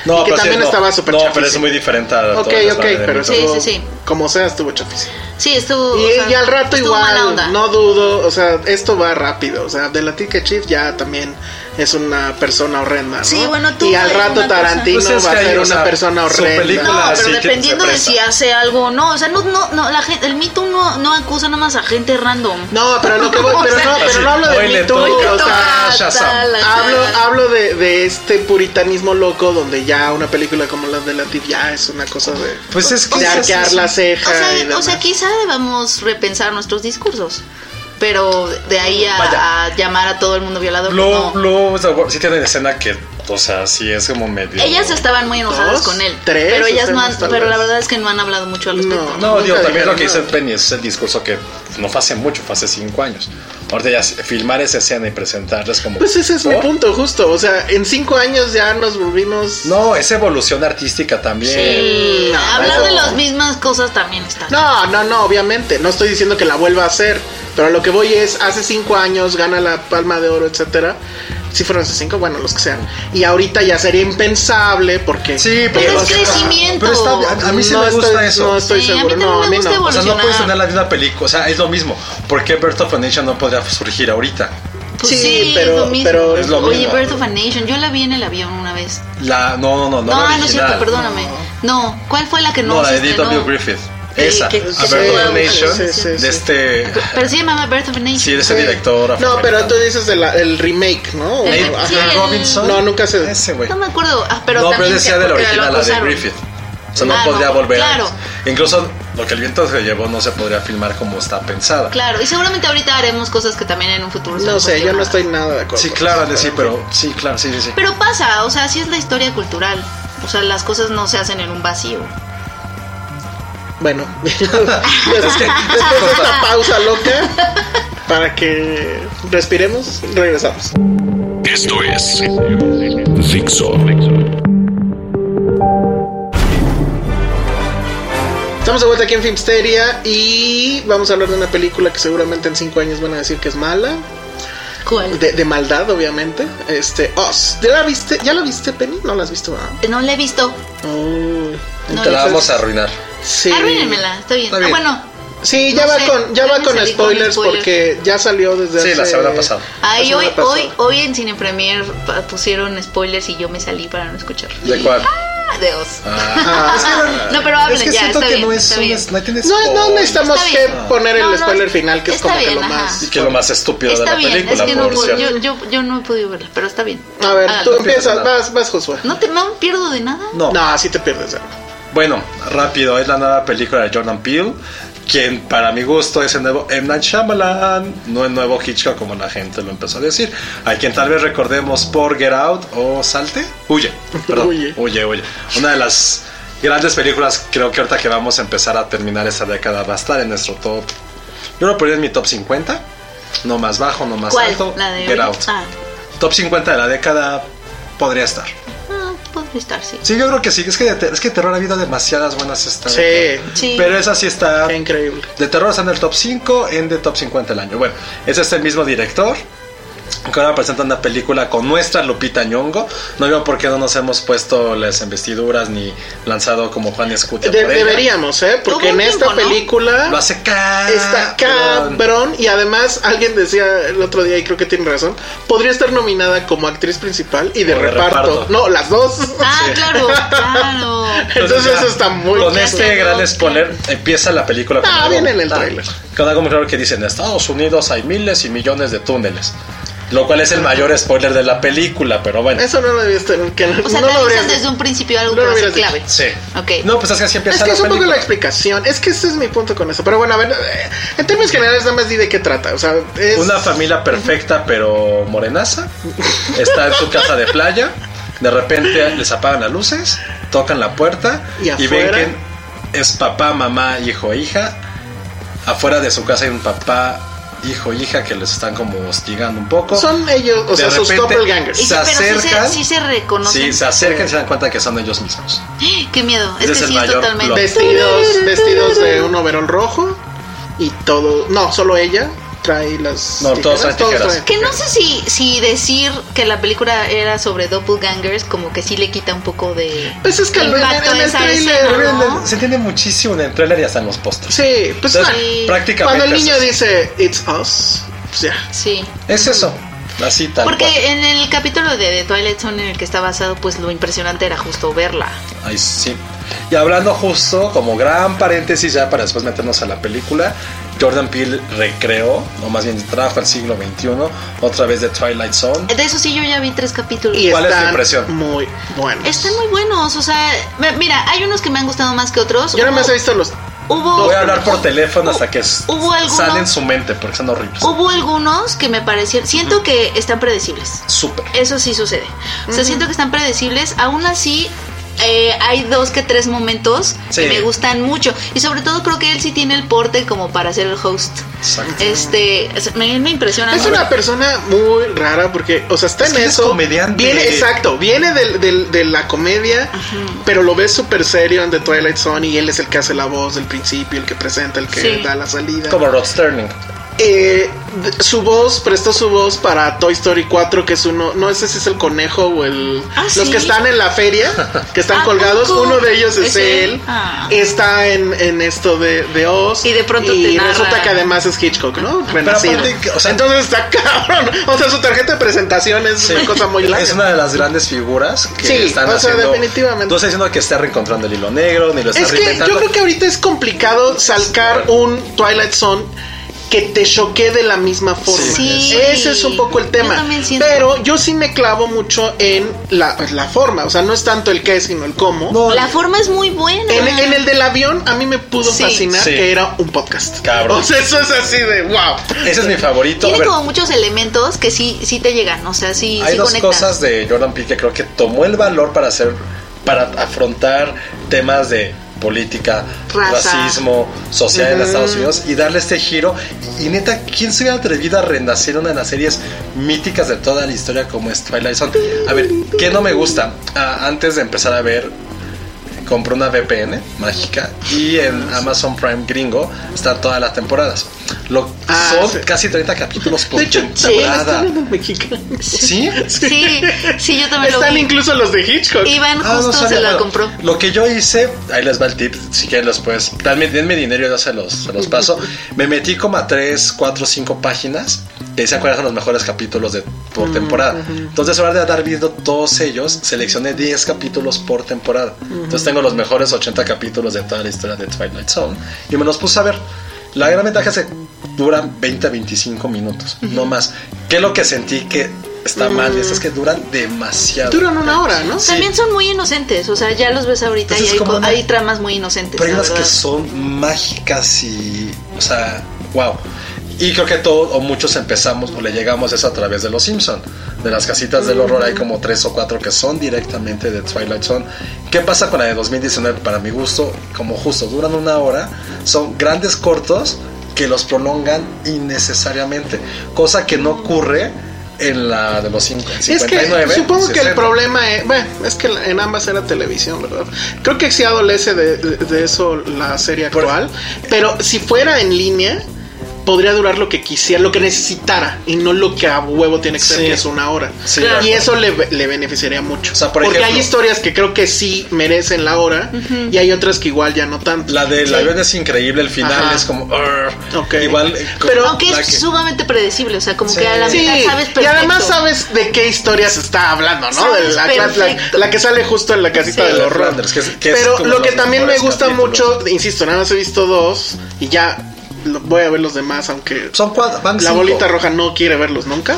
Speaker 2: No,
Speaker 3: y que
Speaker 2: pero sí,
Speaker 3: también
Speaker 2: no.
Speaker 3: estaba súper
Speaker 2: No, pero
Speaker 3: chafísimo.
Speaker 2: es muy diferente a
Speaker 3: Ok,
Speaker 2: todo el
Speaker 3: ok,
Speaker 2: desmadre de
Speaker 3: pero
Speaker 2: Mito.
Speaker 4: Sí,
Speaker 3: estuvo-
Speaker 4: sí, sí.
Speaker 3: Como sea, estuvo chafísimo.
Speaker 4: Sí, estuvo.
Speaker 3: Y,
Speaker 4: o sea,
Speaker 3: y al rato
Speaker 4: estuvo mala onda.
Speaker 3: igual, no dudo, o sea, esto va rápido, o sea, de la Tica Chief ya también es una persona horrenda, ¿no?
Speaker 4: Sí, bueno, tú
Speaker 3: Y al
Speaker 4: eres
Speaker 3: rato
Speaker 4: una persona-
Speaker 3: Tarantino
Speaker 2: Pues es
Speaker 3: va a
Speaker 2: que ahí,
Speaker 3: ser
Speaker 2: o
Speaker 3: una
Speaker 2: sea,
Speaker 3: persona
Speaker 2: su
Speaker 3: horrenda.
Speaker 2: película-
Speaker 4: No,
Speaker 2: Ah, sí,
Speaker 4: pero
Speaker 2: que se
Speaker 4: dependiendo de
Speaker 2: presta.
Speaker 4: si hace algo o no. O sea, no, no, no, la gente, el Me Too no, no acusa nada más a gente random.
Speaker 3: No, pero lo que voy,
Speaker 4: O
Speaker 3: pero
Speaker 4: sea,
Speaker 3: no, pero no hablo de
Speaker 2: Oye,
Speaker 3: Me Too,
Speaker 2: todo,
Speaker 3: o sea,
Speaker 2: Ah, Shazam.
Speaker 3: hablo, hablo de, de este puritanismo loco donde ya una película como la de la Tica ya es una cosa de,
Speaker 2: Pues es que
Speaker 3: de
Speaker 2: es así.
Speaker 3: arquear la ceja
Speaker 4: O
Speaker 3: y
Speaker 4: sea, o
Speaker 3: demás.
Speaker 4: sea, quizá debamos repensar nuestros discursos. Pero de ahí a,
Speaker 2: Vaya.
Speaker 4: a llamar a todo el mundo violador.
Speaker 2: Blue,
Speaker 4: no.
Speaker 2: Blue, sí tiene escena que, o sea, sí es como medio.
Speaker 4: Ellas estaban muy enojadas
Speaker 3: Dos,
Speaker 4: con él.
Speaker 3: tres
Speaker 4: pero ellas no
Speaker 3: escenas,
Speaker 4: han,
Speaker 3: tal
Speaker 4: pero la
Speaker 3: vez.
Speaker 4: verdad es que no han hablado mucho al respecto.
Speaker 3: No.
Speaker 2: No,
Speaker 3: Nunca
Speaker 2: digo, también
Speaker 3: dijeron
Speaker 2: lo que dice
Speaker 3: nada.
Speaker 2: Penny es el discurso que no fue hace mucho, fue hace cinco años. Ahorita ya filmar esa escena y presentarles como. Oh,
Speaker 3: Pues ese es mi
Speaker 2: ¿Por?
Speaker 3: punto, justo, o sea, en cinco años ya nos volvimos...
Speaker 2: No, es evolución artística también.
Speaker 4: Sí,
Speaker 3: No,
Speaker 4: hablar
Speaker 3: eso-
Speaker 4: de las mismas cosas también está.
Speaker 3: No, no, no, obviamente. No estoy diciendo que la vuelva a hacer. Pero lo que voy es, hace cinco años gana la palma de oro, etcétera. Si fueron hace cinco, bueno, los que sean. Y ahorita ya sería impensable porque.
Speaker 2: Sí,
Speaker 4: Pero
Speaker 2: o
Speaker 4: es
Speaker 2: sea,
Speaker 4: crecimiento.
Speaker 2: Pero está, a mí sí
Speaker 3: No
Speaker 2: me gusta
Speaker 3: estoy-
Speaker 2: eso.
Speaker 3: No estoy
Speaker 4: Sí, a mí
Speaker 3: seguro. No, a
Speaker 4: también me
Speaker 3: mí no.
Speaker 4: gusta
Speaker 2: O sea, no
Speaker 4: Evolucionar.
Speaker 2: puedes tener la misma película. O sea, es lo mismo. ¿Por qué Birth of a Nation no podría surgir ahorita?
Speaker 4: Pues
Speaker 3: Sí,
Speaker 4: sí,
Speaker 3: pero-
Speaker 4: es lo mismo.
Speaker 3: pero
Speaker 2: es lo
Speaker 4: Oye,
Speaker 2: mismo.
Speaker 4: Birth of a Nation, yo la vi en el avión una vez.
Speaker 2: La, no, no, no.
Speaker 4: No,
Speaker 2: la
Speaker 4: no,
Speaker 2: original.
Speaker 4: es cierto, perdóname. No, ¿cuál fue la que no,
Speaker 2: No, la de
Speaker 4: se
Speaker 2: D.W.
Speaker 4: estrenó?
Speaker 2: Griffith.
Speaker 4: Eh,
Speaker 2: Esa.
Speaker 4: que-
Speaker 2: a
Speaker 4: que
Speaker 2: Birth
Speaker 4: se
Speaker 2: of a
Speaker 4: fue-
Speaker 2: Nation.
Speaker 4: sí,
Speaker 3: sí, sí.
Speaker 2: De este.
Speaker 4: Pero sí llamaba Birth of a Nation.
Speaker 2: Sí, de ese director.
Speaker 3: No, pero
Speaker 2: afroamericano.
Speaker 3: tú dices de la- el remake, ¿no? O-
Speaker 4: El-
Speaker 3: ajá.
Speaker 4: sí, el-
Speaker 2: Robinson.
Speaker 3: No, nunca se-
Speaker 2: Ese güey.
Speaker 4: No me acuerdo, ah, pero
Speaker 2: no, pero
Speaker 4: también
Speaker 2: decía
Speaker 4: se-
Speaker 2: de la
Speaker 4: porque
Speaker 2: original,
Speaker 4: lo
Speaker 2: la de
Speaker 4: acusaron.
Speaker 2: Griffith. O sea, no
Speaker 4: Ah,
Speaker 2: podría
Speaker 4: no,
Speaker 2: volver
Speaker 4: claro.
Speaker 2: a Incluso lo que el viento se llevó no se podría filmar como está pensada.
Speaker 4: Claro, y seguramente ahorita haremos cosas que también en un futuro se
Speaker 3: No
Speaker 4: nos
Speaker 3: sé, yo
Speaker 4: ocurrirán.
Speaker 3: no estoy nada de acuerdo.
Speaker 2: Sí, claro, sí, pero. Sí, claro, sí, sí, sí.
Speaker 4: Pero pasa, o sea, así es la historia cultural. O sea, las cosas no se hacen en un vacío.
Speaker 3: Bueno, después de esta pausa loca, para que respiremos, regresamos.
Speaker 1: Esto es Dixo.
Speaker 3: Estamos de vuelta aquí en Filmsteria y vamos a hablar de una película que seguramente en 5 años van a decir que es mala.
Speaker 4: ¿Cuál?
Speaker 3: De, de maldad, obviamente. Este, Oz. ¿Ya la viste, ¿Ya la viste Penny? No la has visto, ¿verdad?
Speaker 4: No la he visto.
Speaker 3: Uy,
Speaker 2: Te la
Speaker 3: entonces-
Speaker 2: vamos a arruinar.
Speaker 3: Sí.
Speaker 4: Arruínenmela, está bien.
Speaker 2: Está bien.
Speaker 4: Ah, bueno,
Speaker 3: Sí, ya
Speaker 4: No
Speaker 3: va
Speaker 4: sé,
Speaker 3: con, ya
Speaker 4: yo
Speaker 3: va
Speaker 4: me
Speaker 3: con
Speaker 4: salí con
Speaker 3: spoilers
Speaker 4: spoilers.
Speaker 3: porque ya salió desde
Speaker 2: Sí,
Speaker 3: hace...
Speaker 2: la semana pasada.
Speaker 4: ahí
Speaker 3: la
Speaker 4: hoy,
Speaker 3: semana
Speaker 4: hoy,
Speaker 3: pasada.
Speaker 4: hoy en Cine Premier pa- pusieron spoilers y yo me salí para no escuchar.
Speaker 2: ¿De cuál?
Speaker 4: Ah, de Oz.
Speaker 2: Ah.
Speaker 4: no, pero hablen
Speaker 2: es que
Speaker 4: ya,
Speaker 2: siento
Speaker 4: está
Speaker 2: que
Speaker 4: bien,
Speaker 2: no es
Speaker 4: está
Speaker 2: un.
Speaker 4: bien.
Speaker 2: No, tienes
Speaker 3: No, no
Speaker 2: spoiler.
Speaker 3: necesitamos
Speaker 4: Está
Speaker 3: que
Speaker 4: bien.
Speaker 3: poner
Speaker 4: No,
Speaker 3: el
Speaker 4: no,
Speaker 3: spoiler final, que es
Speaker 4: está
Speaker 3: como que
Speaker 4: bien,
Speaker 3: lo
Speaker 4: ajá.
Speaker 3: más...
Speaker 2: Ah. Y que es lo más estúpido de
Speaker 4: Está
Speaker 2: la
Speaker 4: bien,
Speaker 2: película,
Speaker 4: es que no,
Speaker 2: por
Speaker 4: puedo-
Speaker 2: cierto.
Speaker 4: yo, yo, yo no he podido verla, pero está bien.
Speaker 3: A ver,
Speaker 4: Háganlo.
Speaker 3: tú
Speaker 2: no pienso
Speaker 3: empiezas,
Speaker 2: nada.
Speaker 3: vas, vas, Josué.
Speaker 4: No te no pierdo de nada.
Speaker 2: No.
Speaker 3: No, si te pierdes algo.
Speaker 2: Bueno, rápido, es la nueva película de Jordan Peele, quien para mi gusto es el nuevo M. Night Shyamalan, no el nuevo Hitchcock como la gente lo empezó a decir, a quien tal vez recordemos por Get Out o Salte, Huye, perdón,
Speaker 3: Huye.
Speaker 2: Huye, Huye, Una de las grandes películas, creo que ahorita que vamos a empezar a terminar esta década va a estar en nuestro top, yo lo pondría en mi top 50, no más bajo, no más
Speaker 4: ¿Cuál?
Speaker 2: alto,
Speaker 4: La de
Speaker 2: Get
Speaker 4: hoy?
Speaker 2: Out.
Speaker 4: Ah,
Speaker 2: Top 50 de la década podría estar.
Speaker 4: ah, podría estar, sí.
Speaker 2: Sí, yo creo que sí. Es que de, te- es que de terror ha habido demasiadas buenas esta
Speaker 3: Sí.
Speaker 2: década.
Speaker 4: Sí.
Speaker 2: Pero esa sí está.
Speaker 3: Qué increíble.
Speaker 2: De terror está en el top 5, en el top 50 del año. Bueno, ese es el mismo director. Que ahora presenta una película con nuestra Lupita Ñongo. No veo por qué no nos hemos puesto las investiduras ni lanzado como Juan Escutia.
Speaker 3: De-
Speaker 2: por ella.
Speaker 3: deberíamos, ¿eh? Porque
Speaker 4: Hubo
Speaker 3: en
Speaker 4: un
Speaker 3: esta
Speaker 4: tiempo, ¿no?
Speaker 3: película...
Speaker 2: Lo hace cabrón.
Speaker 3: Está cabrón y además alguien decía el otro día y creo que tiene razón, podría estar nominada como actriz principal y de,
Speaker 2: O de
Speaker 3: reparto.
Speaker 2: reparto.
Speaker 3: No, las dos.
Speaker 4: Ah, claro, claro.
Speaker 3: Entonces eso está muy
Speaker 2: Con
Speaker 3: bien.
Speaker 2: este gran spoiler empieza la película. con
Speaker 3: Ah,
Speaker 2: algo-
Speaker 3: viene en el
Speaker 2: ah,
Speaker 3: tráiler.
Speaker 2: Con algo muy claro que dice, en Estados Unidos hay miles y millones de túneles. Lo cual es el mayor spoiler de la película, pero bueno.
Speaker 3: Eso no lo habías tenido que
Speaker 4: O sea,
Speaker 3: no
Speaker 4: te
Speaker 3: lo
Speaker 4: avisan
Speaker 3: habrías
Speaker 4: desde un principio algo
Speaker 3: no
Speaker 4: que
Speaker 3: lo
Speaker 4: va a ser
Speaker 3: hubieras
Speaker 4: clave.
Speaker 2: Sí.
Speaker 4: Ok.
Speaker 2: No, pues es que así empieza
Speaker 3: Es que
Speaker 2: la
Speaker 3: es un poco
Speaker 2: película.
Speaker 3: la explicación, es que ese es mi punto con eso. Pero bueno, a ver, eh, en términos generales nada más di de qué trata. O sea, es...
Speaker 2: Una familia perfecta pero morenaza está en su casa de playa. De repente les apagan las luces, tocan la puerta
Speaker 3: Y
Speaker 2: y, ven
Speaker 3: afuera-
Speaker 2: que es papá, mamá, hijo, hija. Afuera de su casa hay un papá, hijo, hija que les están como hostigando un poco.
Speaker 3: Son ellos, o
Speaker 2: De
Speaker 3: sea, sus
Speaker 2: repente-
Speaker 4: Y sí,
Speaker 3: doppelgangers.
Speaker 2: se
Speaker 4: pero sí se,
Speaker 2: acercan.
Speaker 4: sí se reconocen.
Speaker 2: Sí, se acercan y se dan cuenta que son ellos mismos.
Speaker 4: Qué miedo.
Speaker 2: Ese
Speaker 4: Es que
Speaker 2: es el
Speaker 4: sí es
Speaker 2: mayor plot.
Speaker 4: totalmente.
Speaker 3: Vestidos, vestidos de un overol rojo y todo... No, solo ella trae las...
Speaker 2: No, todos traen tijeras.
Speaker 4: Que no sé si, si decir que la película era sobre doppelgangers como que sí le quita un poco de...
Speaker 3: Pues es que en,
Speaker 4: Impacto
Speaker 3: en el
Speaker 4: esa
Speaker 3: trailer...
Speaker 4: escena, ¿no?
Speaker 2: Se entiende muchísimo en el trailer y hasta en los pósters.
Speaker 3: Sí, pues
Speaker 2: Entonces,
Speaker 3: ah,
Speaker 2: prácticamente
Speaker 3: cuando el niño
Speaker 2: es,
Speaker 3: dice It's Us, pues ya.
Speaker 4: Sí.
Speaker 2: es eso. Así tal
Speaker 4: Porque
Speaker 2: cual.
Speaker 4: en el capítulo de The Twilight Zone en el que está basado, pues lo impresionante era justo verla.
Speaker 2: Ay, sí. Y hablando justo, como gran paréntesis ya para después meternos a la película, Jordan Peele recreó, o más bien trajo al siglo XXI, otra vez de Twilight Zone.
Speaker 4: De eso sí yo ya vi tres capítulos.
Speaker 3: Y
Speaker 2: ¿Cuál es tu
Speaker 3: están
Speaker 2: impresión?
Speaker 3: Muy buenos.
Speaker 4: Están muy buenos, o sea, me- mira, hay unos que me han gustado más que otros.
Speaker 3: Yo nada más
Speaker 4: Hubo-
Speaker 3: he visto los.
Speaker 4: Hubo,
Speaker 2: Voy a hablar por teléfono hasta que s-
Speaker 4: Hubo algunos-
Speaker 2: sale en su mente, porque son horribles.
Speaker 4: hubo algunos que me parecieron, siento que están predecibles.
Speaker 2: Súper.
Speaker 3: Eh,
Speaker 4: Eso sí sucede. O sea, siento que están predecibles. Aún así, eh, hay dos que tres momentos
Speaker 2: Sí.
Speaker 4: que me gustan mucho. Y sobre todo creo que él sí tiene el porte como para ser el host.
Speaker 2: Exacto.
Speaker 3: eh.
Speaker 4: Este, es- me, me impresiona.
Speaker 3: Es
Speaker 4: mucho.
Speaker 3: una persona muy rara porque, o sea, está
Speaker 2: Es
Speaker 3: en
Speaker 2: que él es
Speaker 3: eso.
Speaker 2: comediante.
Speaker 3: Viene, exacto, viene del- del- de la comedia, pero lo ves súper serio en The Twilight Zone y él es el que hace la voz del principio, el que presenta, el que
Speaker 4: Sí.
Speaker 3: da la salida.
Speaker 2: Como Rod Sterling.
Speaker 3: eh, d- su voz, prestó su voz para Toy Story 4, que es uno, no sé si es el conejo o el...
Speaker 4: Ah,
Speaker 3: los
Speaker 4: ¿sí?
Speaker 3: que están en la feria, que están
Speaker 4: ¿A
Speaker 3: colgados,
Speaker 4: poco?
Speaker 3: uno de ellos es,
Speaker 4: ¿Es él?
Speaker 3: él,
Speaker 4: Ah.
Speaker 3: está en, en esto de, de Oz.
Speaker 4: Y de pronto
Speaker 3: y
Speaker 4: te narra.
Speaker 3: resulta que además es Hitchcock, ¿no? Renacido.
Speaker 2: aparte que, o sea-
Speaker 3: Entonces está cabrón. O sea, su tarjeta de presentación es una cosa muy larga.
Speaker 2: Es una de las grandes figuras que
Speaker 3: Sí,
Speaker 2: están
Speaker 3: o sea,
Speaker 2: haciendo-
Speaker 3: definitivamente.
Speaker 2: No está diciendo que está reencontrando el hilo negro, ni lo está
Speaker 3: Es que yo
Speaker 2: reinventando.
Speaker 3: creo que ahorita es complicado salcar un Twilight Zone que te choque de la misma forma.
Speaker 4: Sí.
Speaker 3: Ese es un poco el
Speaker 4: Yo
Speaker 3: tema.
Speaker 4: también siento.
Speaker 3: Pero yo sí me clavo mucho en la, pues, la forma. O sea, no es tanto el qué, sino el cómo.
Speaker 2: No,
Speaker 4: La forma es muy buena.
Speaker 3: En, en el del avión, a mí me pudo
Speaker 4: Sí.
Speaker 3: fascinar
Speaker 2: Sí.
Speaker 3: que era un podcast.
Speaker 2: Cabrón.
Speaker 3: O sea, eso es así de wow.
Speaker 2: ese es mi favorito. A
Speaker 4: Tiene
Speaker 2: ver,
Speaker 4: como muchos elementos que sí, sí te llegan, o sea, sí,
Speaker 2: hay
Speaker 4: sí
Speaker 2: dos
Speaker 4: conectan.
Speaker 2: cosas de Jordan Peele que creo que tomó el valor para hacer, para afrontar temas de política,
Speaker 4: Raza.
Speaker 2: racismo, sociedad en Estados Unidos y darle este giro. Y neta, ¿quién se hubiera atrevido a renacer una de las series míticas de toda la historia como es Twilight Zone? A ver, ¿qué no me gusta? Ah, antes de empezar a ver compré una VPN mágica y en Amazon Prime gringo están todas las temporadas. Lo,
Speaker 3: Ah,
Speaker 2: son
Speaker 3: sí.
Speaker 2: casi 30 capítulos por
Speaker 3: De hecho, también
Speaker 2: temporada.
Speaker 3: están en el mexicano.
Speaker 2: ¿Sí?
Speaker 4: Sí, sí, yo también
Speaker 3: Están
Speaker 4: lo vi.
Speaker 3: incluso los de Hitchcock.
Speaker 4: Iván
Speaker 2: Ah, no
Speaker 4: justo
Speaker 2: sabía.
Speaker 4: se la
Speaker 2: Bueno,
Speaker 4: compró.
Speaker 2: Lo que yo hice, ahí les va el tip, si quieren los puedes, dame- denme dinero y yo se los, se los paso. Me metí como a 3, 4, 5 páginas que dicen cuáles son los mejores capítulos de,
Speaker 4: Mm,
Speaker 2: por temporada. Entonces, en lugar de andar viendo todos ellos, seleccioné 10 capítulos por temporada. Entonces, tengo los mejores 80 capítulos de toda la historia de Twilight Zone y me los puse a ver. La gran ventaja es que duran 20 a 25 minutos, no más. ¿Qué es lo que sentí que está mal?
Speaker 4: Mm.
Speaker 2: de esto? Es que duran demasiado.
Speaker 3: Duran una hora, ¿no?
Speaker 2: Sí.
Speaker 4: También son muy inocentes, o sea, ya los ves ahorita
Speaker 2: Entonces,
Speaker 4: y hay,
Speaker 2: como
Speaker 4: co-
Speaker 2: una-
Speaker 4: hay tramas muy inocentes.
Speaker 2: Pero hay
Speaker 4: la
Speaker 2: unas que
Speaker 4: verdad.
Speaker 2: son mágicas y. O sea, wow. Y creo que todos o muchos empezamos o le llegamos a eso a través de los Simpson. De las casitas del horror hay como tres o cuatro que son directamente de Twilight Zone. ¿Qué pasa con la de 2019? Para mi gusto, como justo duran una hora, son grandes cortos que los prolongan innecesariamente. Cosa que no ocurre en la de los cinco-
Speaker 3: Es
Speaker 2: 59.
Speaker 3: que supongo que el
Speaker 2: 60.
Speaker 3: problema es, bueno, es que en ambas era televisión, ¿verdad? Creo que sí adolece de, de- de eso la serie
Speaker 2: Por-
Speaker 3: actual, pero si fuera en línea, podría durar lo que quisiera, lo que necesitara, y no lo que a huevo tiene que ser,
Speaker 2: Sí.
Speaker 3: que es una hora.
Speaker 2: Sí,
Speaker 4: Claro.
Speaker 2: de
Speaker 3: Y
Speaker 2: acuerdo.
Speaker 3: eso le, le beneficiaría mucho.
Speaker 2: O sea, por
Speaker 3: Porque hay
Speaker 2: ejemplo-
Speaker 3: historias que creo que sí merecen la hora y hay otras que igual ya no tanto.
Speaker 2: La del avión es increíble, el final
Speaker 3: Ajá.
Speaker 2: es como. "Arr".
Speaker 3: Ok.
Speaker 2: Igual. eh, como
Speaker 3: Pero-
Speaker 4: Aunque
Speaker 2: la
Speaker 4: es
Speaker 2: que-
Speaker 4: sumamente predecible, o sea, como
Speaker 2: Sí.
Speaker 4: que a la
Speaker 2: Sí,
Speaker 4: mitad sabes perfecto.
Speaker 3: y además sabes de qué historia se está hablando, ¿no? De la,
Speaker 4: Sabes
Speaker 3: la- la-
Speaker 4: perfecto.
Speaker 3: la que sale justo en la casita
Speaker 4: Sí.
Speaker 3: del
Speaker 2: De
Speaker 3: horror.
Speaker 2: Flanders, que es- que es
Speaker 3: Pero
Speaker 2: como
Speaker 3: lo que
Speaker 2: los
Speaker 3: también me
Speaker 2: mejores
Speaker 3: gusta
Speaker 2: capítulos.
Speaker 3: mucho, insisto, nada más he visto dos y ya lo- voy a ver los demás, aunque
Speaker 2: Son cuatro. Van
Speaker 3: la
Speaker 2: cinco.
Speaker 3: bolita roja no quiere verlos nunca.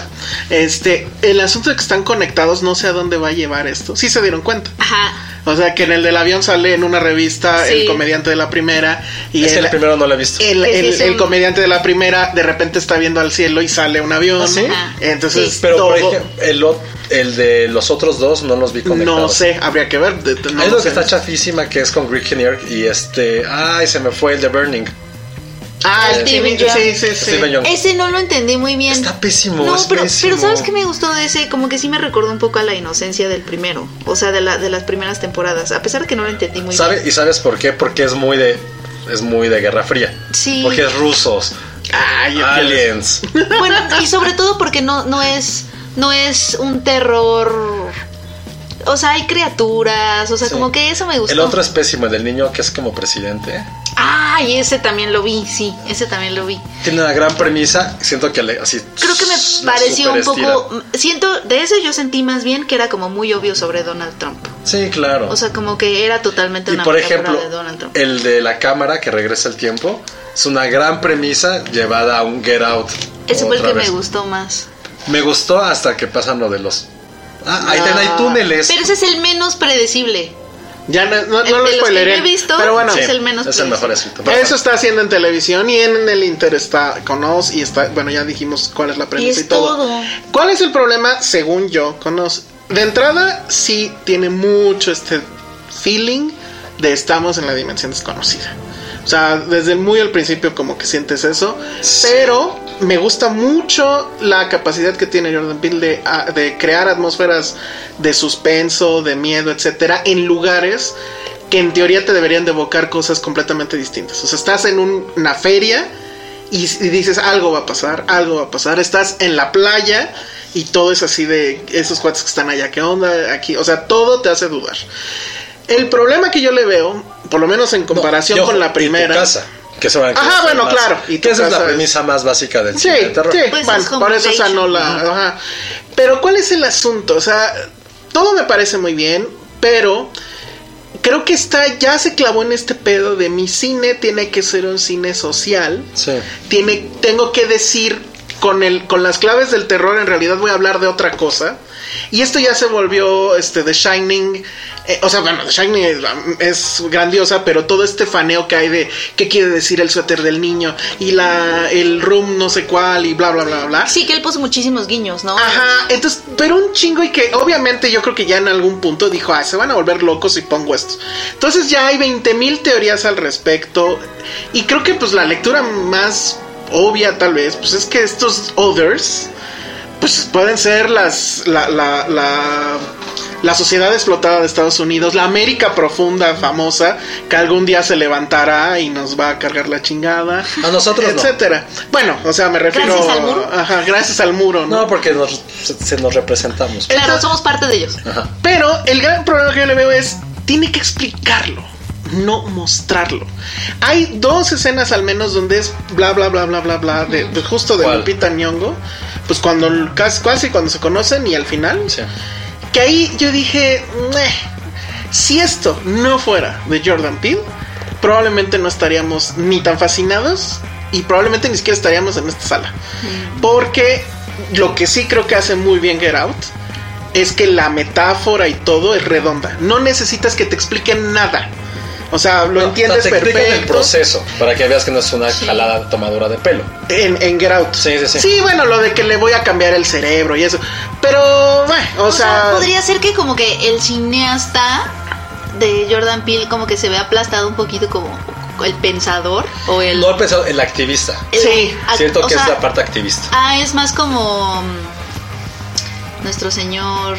Speaker 3: Este, el asunto de que están conectados, no sé a dónde va a llevar esto. Sí se dieron cuenta.
Speaker 4: Ajá.
Speaker 3: O sea, que en el del avión sale en una revista
Speaker 4: Sí.
Speaker 3: el comediante de la primera y
Speaker 2: Es que
Speaker 3: el-
Speaker 2: el primero no lo he visto.
Speaker 3: el,
Speaker 4: Ese
Speaker 3: el-
Speaker 4: es
Speaker 3: el
Speaker 4: un-
Speaker 3: comediante de la primera de repente está viendo al cielo y sale un avión.
Speaker 2: ¿Ah, sí?
Speaker 4: Ajá.
Speaker 3: Entonces,
Speaker 4: Sí.
Speaker 2: Pero, por
Speaker 3: todo-
Speaker 2: ejemplo, el, ot- el de los otros dos no los vi conectados.
Speaker 3: no sé, habría que ver. de- de- no
Speaker 2: Hay uno que
Speaker 3: sé.
Speaker 2: está chafísima que es con Greg Kinnear y este. Ay, se me fue el de Burning.
Speaker 3: Ah, el
Speaker 4: El
Speaker 3: Steven
Speaker 4: Steven Yeun.
Speaker 3: Sí, sí, sí.
Speaker 2: Steven Yeun.
Speaker 4: Ese no lo entendí muy bien.
Speaker 2: Está pésimo,
Speaker 4: No,
Speaker 2: es
Speaker 4: pero,
Speaker 2: pésimo.
Speaker 4: pero ¿sabes qué me gustó de ese? Como que sí me recordó un poco a la inocencia del primero, o sea, de, la, de las primeras temporadas, a pesar de que no lo entendí muy
Speaker 2: ¿Sabe-
Speaker 4: bien.
Speaker 2: ¿Y sabes por qué? Porque es muy de. Es muy de Guerra Fría.
Speaker 4: Sí.
Speaker 2: Porque es rusos.
Speaker 3: Ay,
Speaker 2: aliens.
Speaker 4: Bueno, y sobre todo porque no, no es no es un terror. O sea, hay criaturas, o sea,
Speaker 2: Sí.
Speaker 4: como que eso me gustó.
Speaker 2: El otro es pésimo, el del niño que es como presidente.
Speaker 4: Ah, y ese también lo vi, sí, ese también lo vi.
Speaker 2: Tiene una gran premisa. Siento que le- así.
Speaker 4: Creo que me
Speaker 2: la
Speaker 4: pareció un
Speaker 2: superestira.
Speaker 4: poco... Siento, de ese yo sentí más bien que era como muy obvio sobre Donald Trump.
Speaker 2: Sí, claro.
Speaker 4: O sea, como que era totalmente
Speaker 2: Y
Speaker 4: una
Speaker 2: por
Speaker 4: metáfora
Speaker 2: ejemplo,
Speaker 4: de Donald Trump.
Speaker 2: el de la cámara que regresa el tiempo es una gran premisa llevada a un Get Out.
Speaker 4: Ese fue el
Speaker 2: otra
Speaker 4: que
Speaker 2: vez.
Speaker 4: me gustó más.
Speaker 2: Me gustó hasta que pasan lo de los. Ah, ahí ten- hay túneles.
Speaker 4: Pero ese es el menos predecible.
Speaker 3: Ya no, no,
Speaker 4: El
Speaker 3: no lo
Speaker 4: de los que yo
Speaker 3: spoileré.
Speaker 4: he visto
Speaker 3: Pero bueno,
Speaker 2: Sí,
Speaker 4: es el menos
Speaker 2: Es el mejor
Speaker 4: predecible.
Speaker 2: escrito.
Speaker 3: eso está haciendo en televisión y en el Inter está con Oz y está, bueno, ya dijimos cuál es la premisa y,
Speaker 4: es todo.
Speaker 3: ¿Cuál es el problema, según yo, con Oz? De entrada, sí tiene mucho este feeling de estamos en la dimensión desconocida. O sea, desde muy al principio como que sientes eso, pero me gusta mucho la capacidad que tiene Jordan Peele de, ah, de crear atmósferas de suspenso, de miedo, etcétera, en lugares que en teoría te deberían de evocar cosas completamente distintas. O sea, estás en un- una feria y, y dices algo va a pasar, algo va a pasar. Estás en la playa y todo es así de esos cuates que están allá, ¿qué onda aquí? O sea, todo te hace dudar. El problema que yo le veo, por lo menos en comparación
Speaker 2: Y ojo,
Speaker 3: con la
Speaker 2: y tu
Speaker 3: primera.
Speaker 2: casa, que se van a
Speaker 3: Ajá,
Speaker 2: quedar
Speaker 3: bueno,
Speaker 2: más-
Speaker 3: claro, y tu
Speaker 2: que esa es la
Speaker 3: casa es-
Speaker 2: premisa más básica del
Speaker 3: Sí,
Speaker 2: cine de terror.
Speaker 3: sí,
Speaker 4: Pues
Speaker 3: bueno,
Speaker 4: es como
Speaker 3: por eso
Speaker 4: Page,
Speaker 3: sanó la.
Speaker 4: ¿no?
Speaker 3: ajá. Pero ¿cuál es el asunto? O sea, todo me parece muy bien, pero creo que está ya se clavó en este pedo de mi cine tiene que ser un cine social.
Speaker 2: Sí.
Speaker 3: Tiene, tengo que decir con el, con las claves del terror. En realidad voy a hablar de otra cosa. Y esto ya se volvió, este, The Shining. eh, o sea, bueno, The Shining es, es grandiosa, pero todo este faneo que hay de qué quiere decir el suéter del niño y la, el room no sé cuál y bla bla bla bla.
Speaker 4: Sí, que él puso muchísimos guiños, ¿no?
Speaker 3: Ajá, entonces, pero un chingo y que obviamente yo creo que ya en algún punto dijo, ah, se van a volver locos si pongo esto. Entonces ya hay 20 mil teorías al respecto y creo que pues la lectura más obvia tal vez, pues es que estos others, pues pueden ser las, la, la, la, la sociedad explotada de Estados Unidos, la América profunda, famosa, que algún día se levantará y nos va a cargar la chingada.
Speaker 2: A nosotros no.
Speaker 3: Etcétera. Bueno, o sea, me refiero...
Speaker 4: Gracias al muro.
Speaker 3: Ajá, gracias al muro, ¿no?
Speaker 2: No, porque nos- se, se nos representamos.
Speaker 4: Claro, somos parte de ellos.
Speaker 3: Pero el gran problema que yo le veo es, tiene que explicarlo, no mostrarlo. Hay dos escenas al menos donde es bla, bla, bla, bla, bla, bla, de, de- justo de
Speaker 2: ¿Cuál?
Speaker 3: Lupita Nyong'o, pues cuando casi, casi cuando se conocen y al final,
Speaker 2: Sí.
Speaker 3: que ahí yo dije, "Meh, si esto no fuera de Jordan Peele, probablemente no estaríamos ni tan fascinados y probablemente ni siquiera estaríamos en esta sala. Porque lo que sí creo que hace muy bien Get Out es que la metáfora y todo es redonda. No necesitas que te expliquen nada. O sea, lo
Speaker 2: No,
Speaker 3: entiendes
Speaker 2: o sea, te explican
Speaker 3: perfecto.
Speaker 2: el proceso para que veas que no es una jalada tomadura de pelo.
Speaker 3: En, en Get Out.
Speaker 2: Sí, sí, sí.
Speaker 3: bueno, lo de que le voy a cambiar el cerebro y eso. Pero, bueno, o,
Speaker 4: O sea,
Speaker 3: sea.
Speaker 4: podría ser que como que el cineasta de Jordan Peele como que se ve aplastado un poquito como el pensador o el...
Speaker 2: No he pensado el activista.
Speaker 4: el-
Speaker 3: Sí,
Speaker 4: act-
Speaker 2: Siento
Speaker 4: o
Speaker 2: que es
Speaker 4: sea,
Speaker 2: la parte activista.
Speaker 4: Ah, es más como mm, nuestro señor...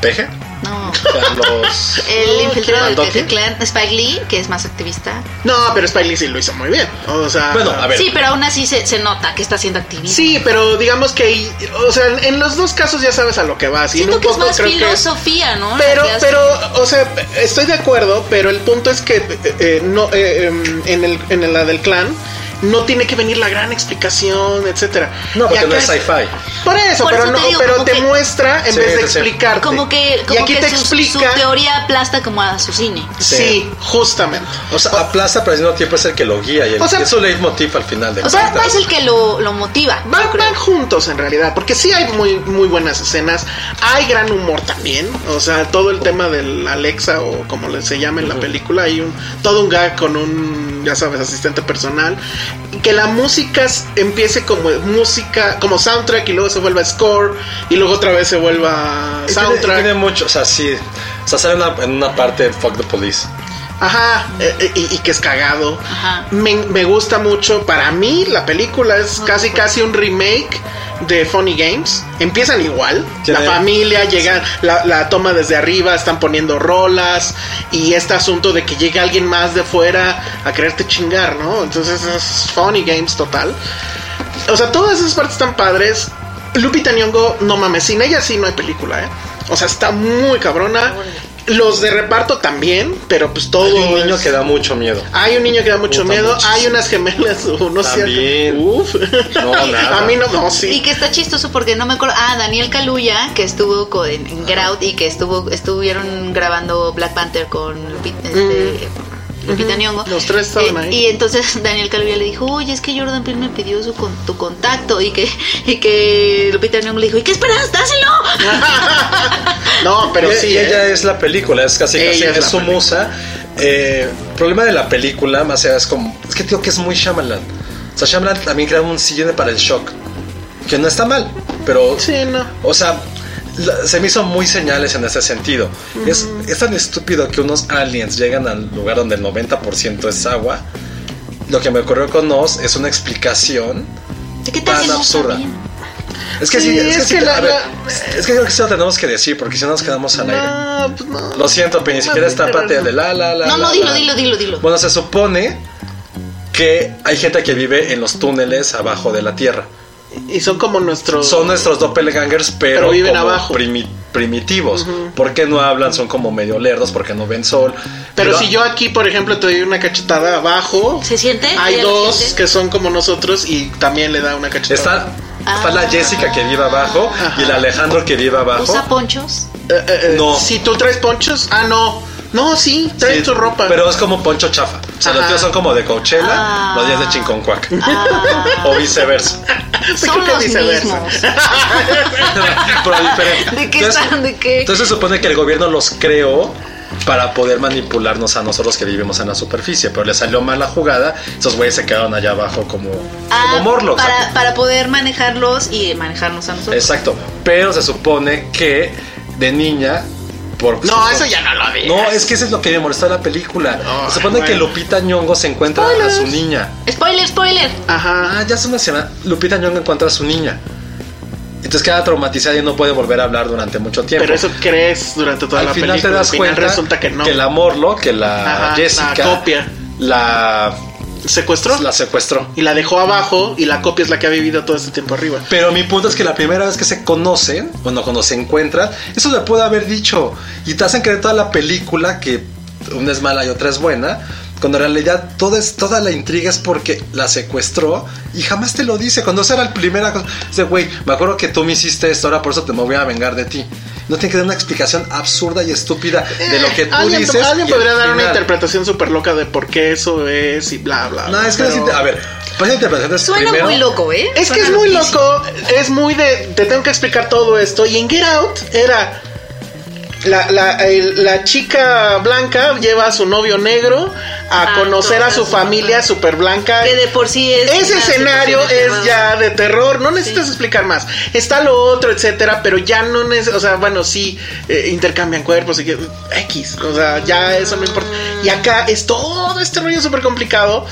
Speaker 2: ¿Peje?
Speaker 4: No,
Speaker 2: O sea, los-
Speaker 4: el infiltrado del
Speaker 2: ¿Antoque?
Speaker 4: Ku Klux Klan, Spike Lee, que es más activista.
Speaker 3: No, pero Spike Lee sí lo hizo muy bien. O sea.
Speaker 2: Bueno, a ver.
Speaker 4: Sí, pero aún así se, se nota que está siendo activista.
Speaker 3: Sí, pero digamos que, ahí- o sea, en los dos casos ya sabes a lo que vas. Y en
Speaker 4: Siento
Speaker 3: un
Speaker 4: que es
Speaker 3: poco
Speaker 4: más
Speaker 3: creo que.
Speaker 4: filosofía, ¿no?
Speaker 3: Pero,
Speaker 4: La que hace.
Speaker 3: pero, o sea, estoy de acuerdo, pero el punto es que eh, eh, no, eh, em, en, el, en la del clan no tiene que venir la gran explicación, etcétera.
Speaker 2: No,
Speaker 3: Y
Speaker 2: porque no
Speaker 3: acá
Speaker 2: es sci-fi.
Speaker 3: Por eso,
Speaker 4: Por
Speaker 3: pero
Speaker 4: eso
Speaker 3: no,
Speaker 4: te digo,
Speaker 3: pero
Speaker 4: como
Speaker 3: te
Speaker 4: que-
Speaker 3: muestra en
Speaker 2: Sí,
Speaker 3: vez de
Speaker 2: sí, sí.
Speaker 3: explicarte.
Speaker 4: Como que, como
Speaker 3: y aquí
Speaker 4: que
Speaker 3: te
Speaker 4: su, su
Speaker 3: explica.
Speaker 4: teoría aplasta como a su cine.
Speaker 3: sí. justamente.
Speaker 2: O sea, aplasta, pero al mismo tiempo es el que lo guía. Y el,
Speaker 3: O sea-
Speaker 2: es su leitmotiv al final de
Speaker 4: O sea,
Speaker 2: cuentas.
Speaker 4: es el que lo, lo motiva.
Speaker 3: Van, van juntos en realidad, porque sí hay muy, muy buenas escenas, hay gran humor también, o sea, todo el tema del Alexa o como le- se llama en la película, hay un, todo un gag con un, ya sabes, asistente personal, y que la música s- empiece como música, como soundtrack y luego se vuelva score y luego otra vez se vuelva
Speaker 2: Y tiene-
Speaker 3: soundtrack.
Speaker 2: Tiene, mucho, o sea, sí. O sea, sale una- en una parte Fuck the Police.
Speaker 3: Ajá, eh, eh, y, y que es cagado.
Speaker 4: Ajá.
Speaker 3: Me, me gusta mucho. Para mí, la película es casi, casi un remake de Funny Games. Empiezan igual.
Speaker 2: Sí.
Speaker 3: La familia llega, la, la toma desde arriba, están poniendo rolas. Y este asunto de que llegue alguien más de fuera a quererte chingar, ¿no? Entonces es Funny Games total. O sea, todas esas partes están padres. Lupita Nyong'o, no mames, sin ella sí no hay película, ¿eh? O sea, está muy cabrona. Los de reparto también, pero pues todo.
Speaker 2: Hay un niño
Speaker 3: es-
Speaker 2: que da mucho miedo.
Speaker 3: Hay un niño que da mucho
Speaker 2: Puta,
Speaker 3: miedo.
Speaker 2: muchísimo.
Speaker 3: Hay unas gemelas, o no sé.
Speaker 2: También.
Speaker 3: Uf.
Speaker 2: No, nada.
Speaker 3: A mí no, no,
Speaker 4: Y
Speaker 3: sí.
Speaker 4: que está chistoso porque no me acuerdo. Ah, Daniel Kaluuya, que estuvo con, en, en Get Out y que estuvo estuvieron grabando Black Panther con Lupi- este, Lupita Nyong'o.
Speaker 3: Los tres estaban
Speaker 4: Eh,
Speaker 3: ahí.
Speaker 4: Y entonces Daniel Kaluuya le dijo, oye, es que Jordan Peele me pidió su con- tu contacto y que, y que Lupita Nyong'o le dijo, ¿y qué esperas? ¡Dáselo!
Speaker 3: No, pero
Speaker 2: Y-
Speaker 3: sí.
Speaker 2: y ella
Speaker 3: ¿eh?
Speaker 2: es la película, es casi, casi
Speaker 3: Ella es
Speaker 2: es
Speaker 3: la
Speaker 2: su
Speaker 3: película.
Speaker 2: musa. Eh, problema de la película, más allá es como. Es que digo que es muy Shyamalan. O sea, Shyamalan también crea un sillón para el shock. Que no está mal, pero.
Speaker 3: Sí, no.
Speaker 2: O sea, la- se me hizo muy señales en ese sentido. es, es tan estúpido que unos aliens llegan al lugar donde el 90% es agua. Lo que me ocurrió con Oz es una explicación
Speaker 4: ¿Qué tal
Speaker 2: tan
Speaker 4: que no
Speaker 2: absurda.
Speaker 4: sabía?
Speaker 2: Es que
Speaker 3: Sí,
Speaker 2: sí, es,
Speaker 3: es
Speaker 2: que, sí,
Speaker 3: que la-
Speaker 2: a ver,
Speaker 3: la-
Speaker 2: es que creo que sí lo tenemos que decir, porque si no nos quedamos al aire.
Speaker 3: No, pues no.
Speaker 2: Lo siento, pero ni siquiera está parte de la la la.
Speaker 4: No,
Speaker 2: la,
Speaker 4: no, dilo,
Speaker 2: la.
Speaker 4: dilo, dilo, dilo.
Speaker 2: Bueno, se supone que que hay gente que vive en los túneles abajo de la tierra.
Speaker 3: Y son como nuestros.
Speaker 2: Son nuestros doppelgangers, pero,
Speaker 3: Pero viven
Speaker 2: como
Speaker 3: abajo.
Speaker 2: primi- primitivos. Porque no hablan? Son como medio lerdos, porque no ven sol.
Speaker 3: Pero, si yo aquí, por ejemplo, te doy una cachetada abajo.
Speaker 4: ¿Se siente?
Speaker 3: Hay
Speaker 4: ¿Ella lo
Speaker 3: dos
Speaker 4: siente?
Speaker 3: que son como nosotros y también le da una cachetada.
Speaker 2: Está, está la Jessica que vive abajo y el Alejandro que vive abajo.
Speaker 4: Ah. ¿Usa ponchos?
Speaker 3: Eh, eh, eh,
Speaker 2: No.
Speaker 3: Si tú traes ponchos. Ah, no. No, sí, traes
Speaker 2: Sí,
Speaker 3: tu ropa.
Speaker 2: Pero es como poncho chafa. O sea, los
Speaker 3: Ajá.
Speaker 2: tíos son como de Coachella,
Speaker 4: Ah.
Speaker 2: los días de Chinconcuac. O viceversa.
Speaker 4: Son
Speaker 3: que
Speaker 4: los
Speaker 3: viceversa.
Speaker 4: mismos.
Speaker 2: Pero diferente.
Speaker 4: ¿De qué
Speaker 2: Entonces-
Speaker 4: están? ¿De qué?
Speaker 2: Entonces se supone que el gobierno los creó para poder manipularnos a nosotros que vivimos en la superficie, pero le salió mal la jugada, esos güeyes se quedaron allá abajo como,
Speaker 4: Ah,
Speaker 2: como Morlocks.
Speaker 4: para, para poder manejarlos y manejarnos a nosotros.
Speaker 2: Exacto. Pero se supone que de niña. Por
Speaker 3: No, eso ya no lo digas.
Speaker 2: No, es que eso es lo que me molestó de la película.
Speaker 3: No,
Speaker 2: se supone
Speaker 3: bueno.
Speaker 2: que Lupita Nyongo se encuentra a su niña.
Speaker 4: Spoiler, spoiler.
Speaker 3: Ajá.
Speaker 2: Ah, ya hace una semana Lupita Nyong'o encuentra a su niña. Entonces queda traumatizada y no puede volver a hablar durante mucho tiempo.
Speaker 3: Pero eso crees durante toda
Speaker 2: al
Speaker 3: la
Speaker 2: final
Speaker 3: película.
Speaker 2: te das
Speaker 3: al final
Speaker 2: cuenta
Speaker 3: resulta que no.
Speaker 2: la Morlo, que la
Speaker 3: Ajá,
Speaker 2: Jessica,
Speaker 3: la copia.
Speaker 2: la
Speaker 3: secuestró
Speaker 2: la secuestró.
Speaker 3: y la dejó abajo y la copia es la que ha vivido todo este tiempo arriba.
Speaker 2: Pero mi punto es que la primera vez que se conocen, bueno, cuando se encuentran, eso le puede haber dicho. Y te hacen creer toda la película que una es mala y otra es buena. Cuando en realidad toda, es- toda la intriga es porque la secuestró y jamás te lo dice. Cuando esa era la primera cosa, dice, güey, me acuerdo que tú me hiciste esto, ahora por eso te me voy a vengar de ti. No tiene que dar una explicación absurda y estúpida de lo que
Speaker 3: Eh,
Speaker 2: tú
Speaker 3: alguien,
Speaker 2: dices.
Speaker 3: alguien
Speaker 2: y el
Speaker 3: podría dar una
Speaker 2: final.
Speaker 3: interpretación súper loca de por qué eso es y bla, bla.
Speaker 2: No,
Speaker 3: bla,
Speaker 2: es que las
Speaker 3: pero-
Speaker 2: inter- a ver, pues la interpretación es
Speaker 4: Suena
Speaker 2: Ah, primero-
Speaker 4: muy loco, ¿eh?
Speaker 3: Es que
Speaker 4: Suena
Speaker 3: es muy
Speaker 4: loquísimo.
Speaker 3: loco, es muy de te tengo que explicar todo esto. Y en Get Out era la, la- el- la chica blanca lleva a su novio negro a
Speaker 4: A
Speaker 3: conocer a
Speaker 4: toda
Speaker 3: su
Speaker 4: su
Speaker 3: familia
Speaker 4: familia.
Speaker 3: súper blanca.
Speaker 4: Que de por sí es
Speaker 3: Ese
Speaker 4: una
Speaker 3: escenario
Speaker 4: situación
Speaker 3: es ya de terror, no necesitas
Speaker 4: Sí.
Speaker 3: explicar más. Está lo otro, etcétera, pero ya no necesitas, o sea, bueno, sí, eh, intercambian cuerpos y que X, o sea, ya eso no importa. Y acá es todo este rollo súper complicado,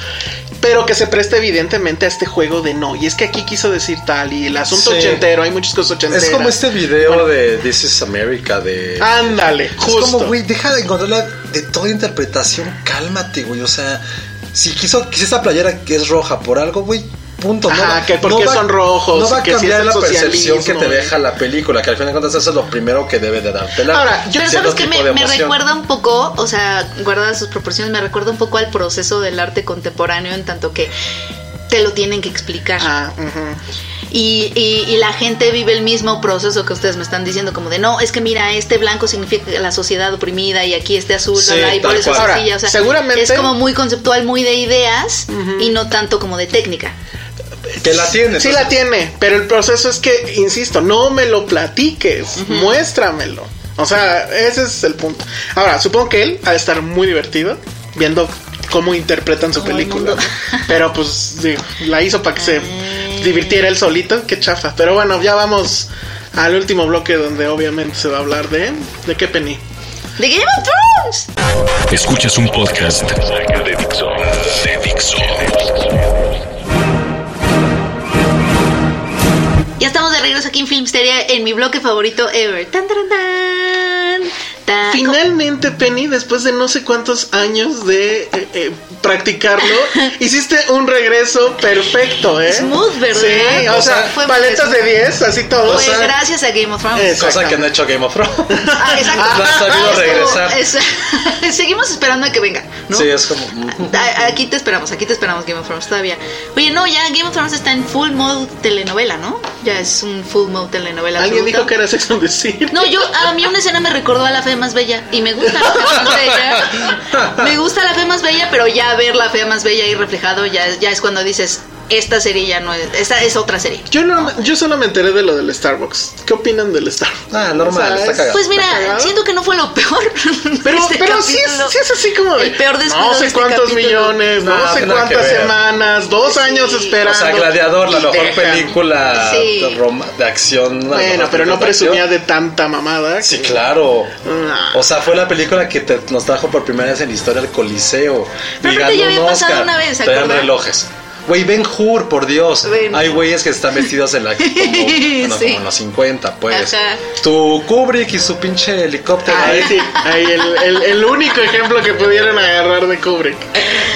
Speaker 3: pero que se presta evidentemente a este juego de no. Y es que aquí quiso decir tal, y el asunto
Speaker 2: Sí.
Speaker 3: ochentero, hay muchas cosas ochenteras.
Speaker 2: Es como este video de This is America de...
Speaker 3: Ándale, justo.
Speaker 2: Ah, Es como, güey, deja de encontrarla de toda interpretación, cálmate, güey. O sea, si quiso, quizá esta playera que es roja por algo, güey, punto.
Speaker 3: Ajá, que por qué son rojos,
Speaker 2: No va a
Speaker 3: que si
Speaker 2: cambiar
Speaker 3: es el
Speaker 2: la percepción que
Speaker 3: socialismo,
Speaker 2: te
Speaker 3: güey.
Speaker 2: deja la película, que al final de cuentas eso es lo primero que debe de darte la
Speaker 3: Ahora, yo- este
Speaker 4: Pero
Speaker 2: cierto
Speaker 4: sabes que
Speaker 2: tipo
Speaker 4: me,
Speaker 2: de
Speaker 4: me
Speaker 2: emoción.
Speaker 4: recuerda un poco, o sea, guardada sus proporciones, me recuerda un poco al proceso del arte contemporáneo en tanto que te lo tienen que explicar.
Speaker 3: Ah, ujú.
Speaker 4: Y, y- y la gente vive el mismo proceso que ustedes me están diciendo, como de no, es que mira, este blanco significa la sociedad oprimida y aquí este azul,
Speaker 2: Sí,
Speaker 4: bla, bla, y por
Speaker 2: tal
Speaker 4: eso es
Speaker 3: cual.
Speaker 4: así,
Speaker 3: Ahora,
Speaker 4: o sea,
Speaker 3: seguramente-
Speaker 4: es como muy conceptual, muy de ideas y no tanto como de técnica.
Speaker 2: Que la tienes.
Speaker 3: Sí
Speaker 2: o
Speaker 3: la
Speaker 2: sea,
Speaker 3: tiene, pero el proceso es que, insisto, no me lo platiques, muéstramelo. O sea, ese es el punto. Ahora, supongo que él ha de estar muy divertido viendo cómo interpretan su
Speaker 4: Como el
Speaker 3: película.
Speaker 4: mundo.
Speaker 3: ¿no? Pero pues digo, la hizo para que se divirtiera él solito, qué chafa. Pero bueno, ya vamos al último bloque donde obviamente se va a hablar de... ¿De qué penny?
Speaker 4: De Game of Thrones.
Speaker 1: Escuchas un podcast de Dixo. De Dixo.
Speaker 4: Ya estamos de regreso aquí en Filmsteria en mi bloque favorito ever. Tan, tan, tan, tan.
Speaker 3: Finalmente, Penny, después de no sé cuántos años de eh, eh, practicarlo, hiciste un regreso perfecto, ¿eh?
Speaker 4: Smooth, ¿verdad?
Speaker 3: Sí, o,
Speaker 4: O
Speaker 3: sea,
Speaker 4: sea, fue-
Speaker 3: paletas de 10, así todo.
Speaker 4: Fue
Speaker 3: O sea,
Speaker 4: gracias a Game of Thrones.
Speaker 3: Eso.
Speaker 2: Cosa que no ha hecho Game of Thrones.
Speaker 4: Ah, exacto.
Speaker 2: No ha sabido
Speaker 4: Es como-
Speaker 2: regresar.
Speaker 4: es- seguimos esperando a que venga, ¿no?
Speaker 2: Sí, es como... mm.
Speaker 4: A- Aquí te esperamos, aquí te esperamos Game of Thrones todavía. Oye, no, ya Game of Thrones está en full mode telenovela, ¿no? Ya es un full mode telenovela.
Speaker 3: Alguien
Speaker 4: absoluta.
Speaker 3: dijo que era Sex and the City.
Speaker 4: No, yo, a mí una escena me recordó a la fe más bella y me gusta la fe más bella. Me gusta la fe más bella, pero ya ver la fe más bella ahí reflejado ya, es- ya es cuando dices, esta serie ya no es, esta es otra serie.
Speaker 3: Yo, no, yo solo me enteré de lo del Starbucks. ¿Qué opinan del Starbucks?
Speaker 2: Ah, normal, está
Speaker 3: es-
Speaker 2: cagado.
Speaker 4: Pues mira,
Speaker 3: ¿Está cagado?
Speaker 4: siento que no fue lo peor.
Speaker 3: Pero,
Speaker 4: de este
Speaker 3: pero sí, es,
Speaker 4: capítulo.
Speaker 3: sí es así como de,
Speaker 4: El peor descuido
Speaker 3: No sé
Speaker 4: de este
Speaker 3: cuántos
Speaker 4: capítulo.
Speaker 3: millones, no,
Speaker 2: No, nada
Speaker 3: sé
Speaker 2: que
Speaker 3: cuántas
Speaker 2: ver.
Speaker 3: semanas, dos
Speaker 4: Sí.
Speaker 3: años
Speaker 4: O sea,
Speaker 2: O
Speaker 3: esperando.
Speaker 2: sea, Gladiador, la
Speaker 3: Y
Speaker 2: mejor
Speaker 3: dejan.
Speaker 2: película
Speaker 4: Sí.
Speaker 2: de, rom- de acción. la
Speaker 3: Bueno,
Speaker 2: mejor
Speaker 3: pero no
Speaker 2: película de acción.
Speaker 3: presumía de tanta mamada.
Speaker 2: Sí,
Speaker 3: que-
Speaker 2: claro.
Speaker 3: Ah.
Speaker 2: O sea, fue la película que te- nos trajo por primera vez en la historia el Coliseo.
Speaker 4: Pero
Speaker 2: y
Speaker 4: aparte
Speaker 2: ganó
Speaker 4: ya había
Speaker 2: un
Speaker 4: pasado
Speaker 2: Oscar.
Speaker 4: una vez, ¿se
Speaker 2: Traían
Speaker 4: acuerdan?
Speaker 2: relojes. Güey, Ben Hur, por Dios.
Speaker 4: Ben
Speaker 2: Hay
Speaker 4: Hur.
Speaker 2: güeyes que están vestidos en la. Como, bueno,
Speaker 4: Sí.
Speaker 2: como en los 50, pues.
Speaker 4: Ajá.
Speaker 2: Tu Kubrick y su pinche helicóptero.
Speaker 3: Ahí
Speaker 2: ahí.
Speaker 3: sí, ahí el, el- el único ejemplo que pudieron agarrar de Kubrick.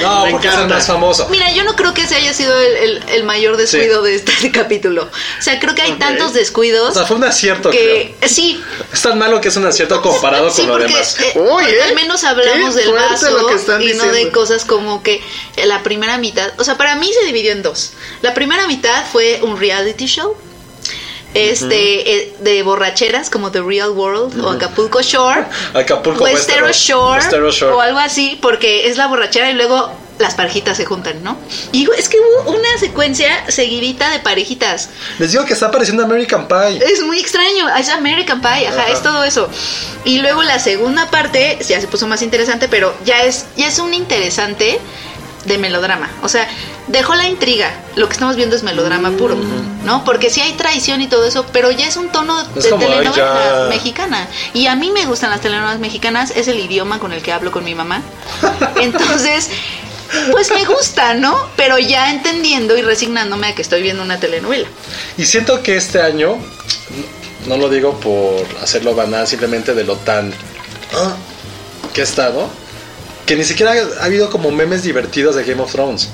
Speaker 2: No,
Speaker 3: Me
Speaker 2: porque es el
Speaker 3: encanta.
Speaker 2: más famoso.
Speaker 4: Mira, yo no creo que ese haya sido el, el- el mayor descuido de este capítulo. O sea, creo que hay tantos
Speaker 2: O
Speaker 4: descuidos
Speaker 2: sea, fue un acierto,
Speaker 4: que sí.
Speaker 2: creo. Es tan malo que es un acierto comparado
Speaker 4: Sí,
Speaker 2: con lo
Speaker 4: porque,
Speaker 2: demás.
Speaker 4: eh,
Speaker 3: Uy,
Speaker 4: porque
Speaker 3: ¿eh?
Speaker 4: al menos hablamos
Speaker 3: Qué
Speaker 4: del
Speaker 3: fuerte
Speaker 4: vaso
Speaker 3: lo que están
Speaker 4: y no de
Speaker 3: diciendo.
Speaker 4: cosas como que eh, la primera mitad, o sea, para mí se dividió en dos. La primera mitad fue un reality show. Este eh, de borracheras como The Real World o Acapulco Shore,
Speaker 2: Ah, Acapulco,
Speaker 4: Westeros
Speaker 2: Westeros,
Speaker 4: Shore,
Speaker 2: Westeros este Shore.
Speaker 4: o algo así, porque es la borrachera y luego las parejitas se juntan, ¿no? Y es que hubo una secuencia seguidita de parejitas.
Speaker 2: Les digo que está apareciendo American Pie.
Speaker 4: Es muy extraño, es American Pie, ajá,
Speaker 2: Ajá.
Speaker 4: es todo eso. Y luego la segunda parte ya se puso más interesante, pero ya es, ya es un interesante de melodrama. O sea, dejó la intriga. Lo que estamos viendo es melodrama puro, ¿no? Porque sí hay traición y todo eso, pero ya es un tono
Speaker 2: Mm. Es
Speaker 4: de
Speaker 2: como, ay,
Speaker 4: telenovela
Speaker 2: ya.
Speaker 4: mexicana. Y a mí me gustan las telenovelas mexicanas, es el idioma con el que hablo con mi mamá. Entonces, pues me gusta, ¿no? Pero ya entendiendo y resignándome a que estoy viendo una telenovela.
Speaker 2: Y siento que este año, no lo digo por hacerlo banal, simplemente de lo tan ah, que ha estado, que ni siquiera ha habido como memes divertidos de Game of Thrones.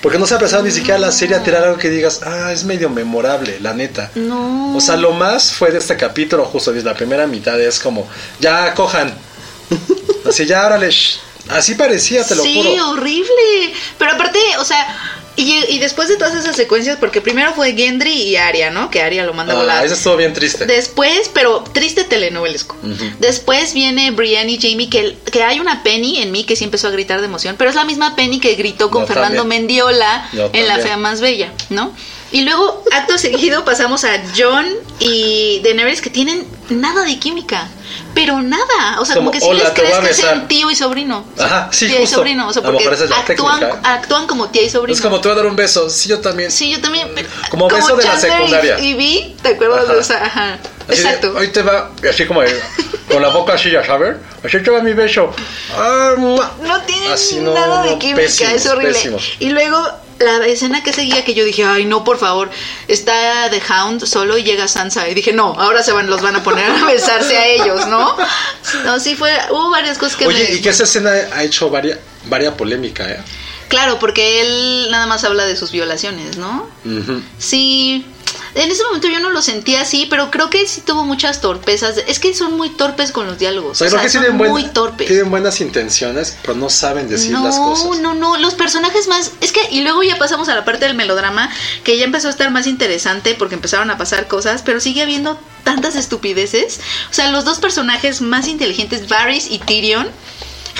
Speaker 2: Porque no se ha apresado ni siquiera la serie a tirar algo que digas, ah, es medio memorable, la neta.
Speaker 4: No.
Speaker 2: O sea, lo más fue de este capítulo, justo desde la primera mitad, es como, ya cojan. Así, ya órale. shh. Así parecía, te lo
Speaker 4: sí,
Speaker 2: juro.
Speaker 4: horrible. Pero aparte, o sea, y, y después de todas esas secuencias, porque primero fue Gendry y Aria, ¿no? Que Aria lo manda a
Speaker 2: Ah,
Speaker 4: volar.
Speaker 2: eso estuvo bien triste.
Speaker 4: Después, pero triste telenovelesco. Después viene Brienne y Jamie, que, que hay una Penny en mí que sí empezó a gritar de emoción, pero es la misma Penny que gritó con
Speaker 2: Yo
Speaker 4: Fernando
Speaker 2: también.
Speaker 4: Mendiola
Speaker 2: Yo
Speaker 4: en La
Speaker 2: también.
Speaker 4: Fea Más Bella, ¿no? Y luego, acto seguido, pasamos a John y Daenerys que tienen nada de química, pero nada. O sea,
Speaker 2: Como,
Speaker 4: como, que si
Speaker 2: "Hola,
Speaker 4: les
Speaker 2: te voy
Speaker 4: crees
Speaker 2: a
Speaker 4: que es
Speaker 2: besar".
Speaker 4: tío y sobrino.
Speaker 2: Ajá, sí,
Speaker 4: Tía y
Speaker 2: justo.
Speaker 4: sobrino, o sea,
Speaker 2: A lo
Speaker 4: porque
Speaker 2: mejor esa es la
Speaker 4: actúan,
Speaker 2: técnica. ¿eh?
Speaker 4: actúan como tía y sobrino.
Speaker 2: Es como te voy a dar un beso. Sí, yo también.
Speaker 4: Sí, yo también.
Speaker 2: Como beso de la
Speaker 4: Chandler y-
Speaker 2: secundaria.
Speaker 4: Y vi, ¿te acuerdas
Speaker 2: Ajá.
Speaker 4: de esa? Ajá.
Speaker 2: Así de,
Speaker 4: Exacto.
Speaker 2: Hoy te va, y así como de- con la boca así, ya sabes. Así te va mi beso. Ah, mua.
Speaker 4: No tienen
Speaker 2: Así, no,
Speaker 4: nada de
Speaker 2: no,
Speaker 4: química, es
Speaker 2: pésimos,
Speaker 4: horrible.
Speaker 2: pésimos.
Speaker 4: Y luego la escena que seguía que yo dije, ay no, por favor, está The Hound solo y llega Sansa. Y dije, no, ahora se van, los van a poner a besarse a ellos, ¿no? No, sí fue, hubo varias cosas que
Speaker 2: Oye,
Speaker 4: me-
Speaker 2: y que esa escena ha hecho varia, varia polémica, ¿eh?
Speaker 4: Claro, porque él nada más habla de sus violaciones, ¿no?
Speaker 2: Ujú.
Speaker 4: Sí. En ese momento yo no lo sentía así, pero creo que sí tuvo muchas torpezas. Es que son muy torpes con los
Speaker 2: O
Speaker 4: diálogos.
Speaker 2: sea,
Speaker 4: o
Speaker 2: creo
Speaker 4: sea,
Speaker 2: que
Speaker 4: son
Speaker 2: tienen, buen-
Speaker 4: muy torpes.
Speaker 2: tienen buenas intenciones, pero no saben decir
Speaker 4: no,
Speaker 2: las cosas.
Speaker 4: No, no, Los personajes más. Es que. Y luego ya pasamos a la parte del melodrama. Que ya empezó a estar más interesante. Porque empezaron a pasar cosas. Pero sigue habiendo tantas estupideces. O sea, los dos personajes más inteligentes, Varys y Tyrion.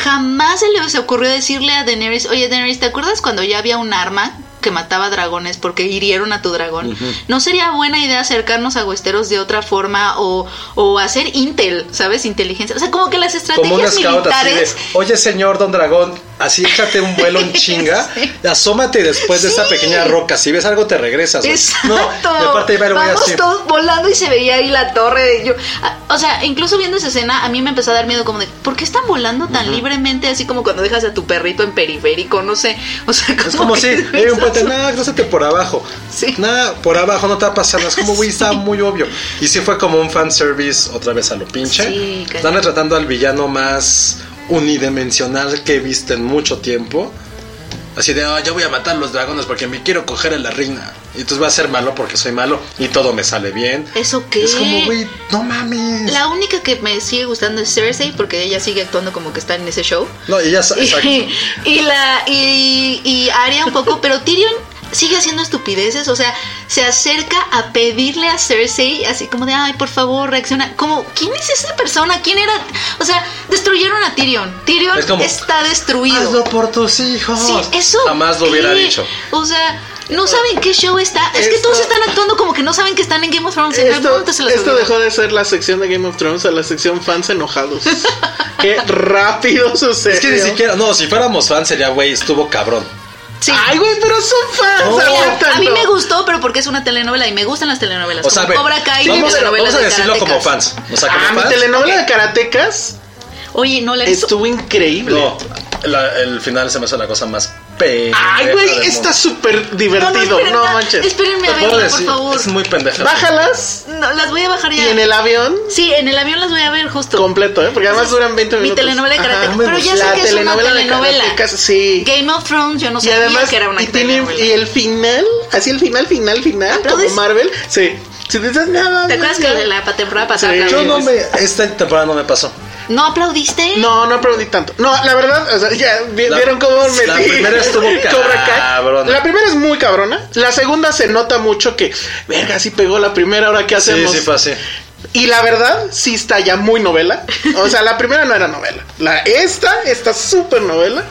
Speaker 4: Jamás se les ocurrió decirle a Daenerys, oye Daenerys, ¿te acuerdas cuando ya había un arma que mataba dragones porque hirieron a tu dragón? ¿No sería buena idea acercarnos a Westeros de otra forma o, o hacer intel, ¿sabes? Inteligencia. O sea, como que las
Speaker 2: Como un
Speaker 4: estrategias
Speaker 2: scout así de,
Speaker 4: militares...
Speaker 2: oye señor Don Dragón, así échate un vuelo en chinga,
Speaker 4: Sí.
Speaker 2: y asómate después de esta
Speaker 4: Sí.
Speaker 2: pequeña roca, si ves algo te regresas. güey". No,
Speaker 4: Exacto.
Speaker 2: y aparte iba el güey
Speaker 4: Vamos
Speaker 2: así.
Speaker 4: todos volando y se veía ahí la torre de yo. a- O sea, incluso viendo esa escena, a mí me empezó a dar miedo como de, ¿por qué están volando tan libremente? Así como cuando dejas a tu perrito en periférico, no sé. O sea, como
Speaker 2: Es como
Speaker 4: que
Speaker 2: si,
Speaker 4: te
Speaker 2: eh, un puente,
Speaker 4: besas-
Speaker 2: nada, crúzate por abajo.
Speaker 4: Sí.
Speaker 2: Nada, por abajo no te va a pasar nada. Es como, güey, estaba muy obvio. Y sí fue como un fanservice otra vez a lo pinche.
Speaker 4: Sí, cañón.
Speaker 2: Están retratando al villano más unidimensional que he visto en mucho tiempo. Así de, "Ah, yo voy a matar los dragones porque me quiero coger a la reina. Y entonces va a ser malo porque soy malo y todo me sale bien.
Speaker 4: ¿Eso qué?
Speaker 2: Es como, güey, no mames.
Speaker 4: La única que me sigue gustando es Cersei porque ella sigue actuando como que está en ese show.
Speaker 2: No, y ya sa- exacto.
Speaker 4: y, y la y, y Arya un poco, pero Tyrion sigue haciendo estupideces, o sea, se acerca a pedirle a Cersei así como de, "Ay, por favor, reacciona." Como, ¿quién es esa persona? ¿Quién era? O sea, destruyeron a Tyrion. Tyrion
Speaker 2: Es como,
Speaker 4: está destruido.
Speaker 2: Hazlo por tus hijos.
Speaker 4: Sí, eso.
Speaker 2: Jamás lo
Speaker 4: ¿qué?
Speaker 2: hubiera dicho. Eh,
Speaker 4: O sea, no saben qué show está. Es que
Speaker 3: Esto-
Speaker 4: todos están actuando como que no saben que están en Game of Thrones. En algún
Speaker 3: Esto,
Speaker 4: momento se las
Speaker 3: esto
Speaker 4: olvidó.
Speaker 3: dejó de ser la sección de Game of Thrones a la sección fans enojados. Qué rápido sucedió.
Speaker 2: Es que ni siquiera, no, si fuéramos fan sería, güey, estuvo cabrón.
Speaker 4: Sí.
Speaker 3: Ay, güey, pero son fans.
Speaker 2: No.
Speaker 4: Mira, a mí
Speaker 3: aguántanlo.
Speaker 4: me gustó, pero porque es una telenovela y me gustan las telenovelas.
Speaker 2: O sea, a
Speaker 4: como
Speaker 2: ver,
Speaker 4: Cobra Kai,
Speaker 2: vamos, a- vamos
Speaker 4: telenovelas
Speaker 2: a
Speaker 4: de
Speaker 2: decirlo como
Speaker 4: karatecas.
Speaker 2: fans. O sea, como
Speaker 3: Ah, mi
Speaker 2: fans.
Speaker 3: telenovela de Karatecas
Speaker 4: Oye, no la he visto.
Speaker 3: estuvo increíble.
Speaker 2: No, la- el final se me hace la cosa más pendeja.
Speaker 3: Ay,
Speaker 2: del
Speaker 3: güey,
Speaker 2: mundo.
Speaker 3: está súper divertido. No,
Speaker 4: esperen, no,
Speaker 3: manches.
Speaker 4: Espérenme
Speaker 2: Te
Speaker 4: a
Speaker 2: puedo
Speaker 4: verla, por
Speaker 2: decir,
Speaker 4: favor.
Speaker 2: Es muy pendeja.
Speaker 3: Bájalas
Speaker 4: No, las voy a bajar
Speaker 3: y
Speaker 4: ya.
Speaker 3: en el avión
Speaker 4: Sí, en el avión las voy a ver justo.
Speaker 3: completo, ¿eh? Porque además duran 20
Speaker 4: Mi
Speaker 3: minutos.
Speaker 4: telenovela de
Speaker 3: Ajá.
Speaker 4: karate. Pero ya sé
Speaker 3: La
Speaker 4: que es una
Speaker 3: de
Speaker 4: telenovela.
Speaker 3: Karate Kid, Sí.
Speaker 4: Game of Thrones, yo no
Speaker 3: Y
Speaker 4: sabía
Speaker 3: además,
Speaker 4: que era una
Speaker 3: y, tiene-
Speaker 4: telenovela.
Speaker 3: y el final, así el final, final, final,
Speaker 4: Ah,
Speaker 3: como
Speaker 4: ¿todo es-
Speaker 3: Marvel, sí. Si te dices nada,
Speaker 4: ¿Te acuerdas
Speaker 3: no,
Speaker 4: que
Speaker 3: no.
Speaker 4: de la temporada pasada
Speaker 3: Sí.
Speaker 2: Yo
Speaker 4: aplaudimos?
Speaker 2: no me. Esta temporada no me pasó.
Speaker 4: ¿No aplaudiste?
Speaker 3: No, no aplaudí tanto. No, la verdad, o sea, ya vi-
Speaker 2: La-
Speaker 3: vieron cómo metí.
Speaker 2: la primera estuvo
Speaker 3: Cobra Kai.
Speaker 2: cabrona.
Speaker 3: La primera es muy cabrona. La segunda se nota mucho que, verga, sí pegó la primera, ahora qué
Speaker 2: Sí,
Speaker 3: hacemos.
Speaker 2: sí fue así.
Speaker 3: Y la verdad, sí está ya muy novela. O sea, la primera no era novela. La, esta está súper novela.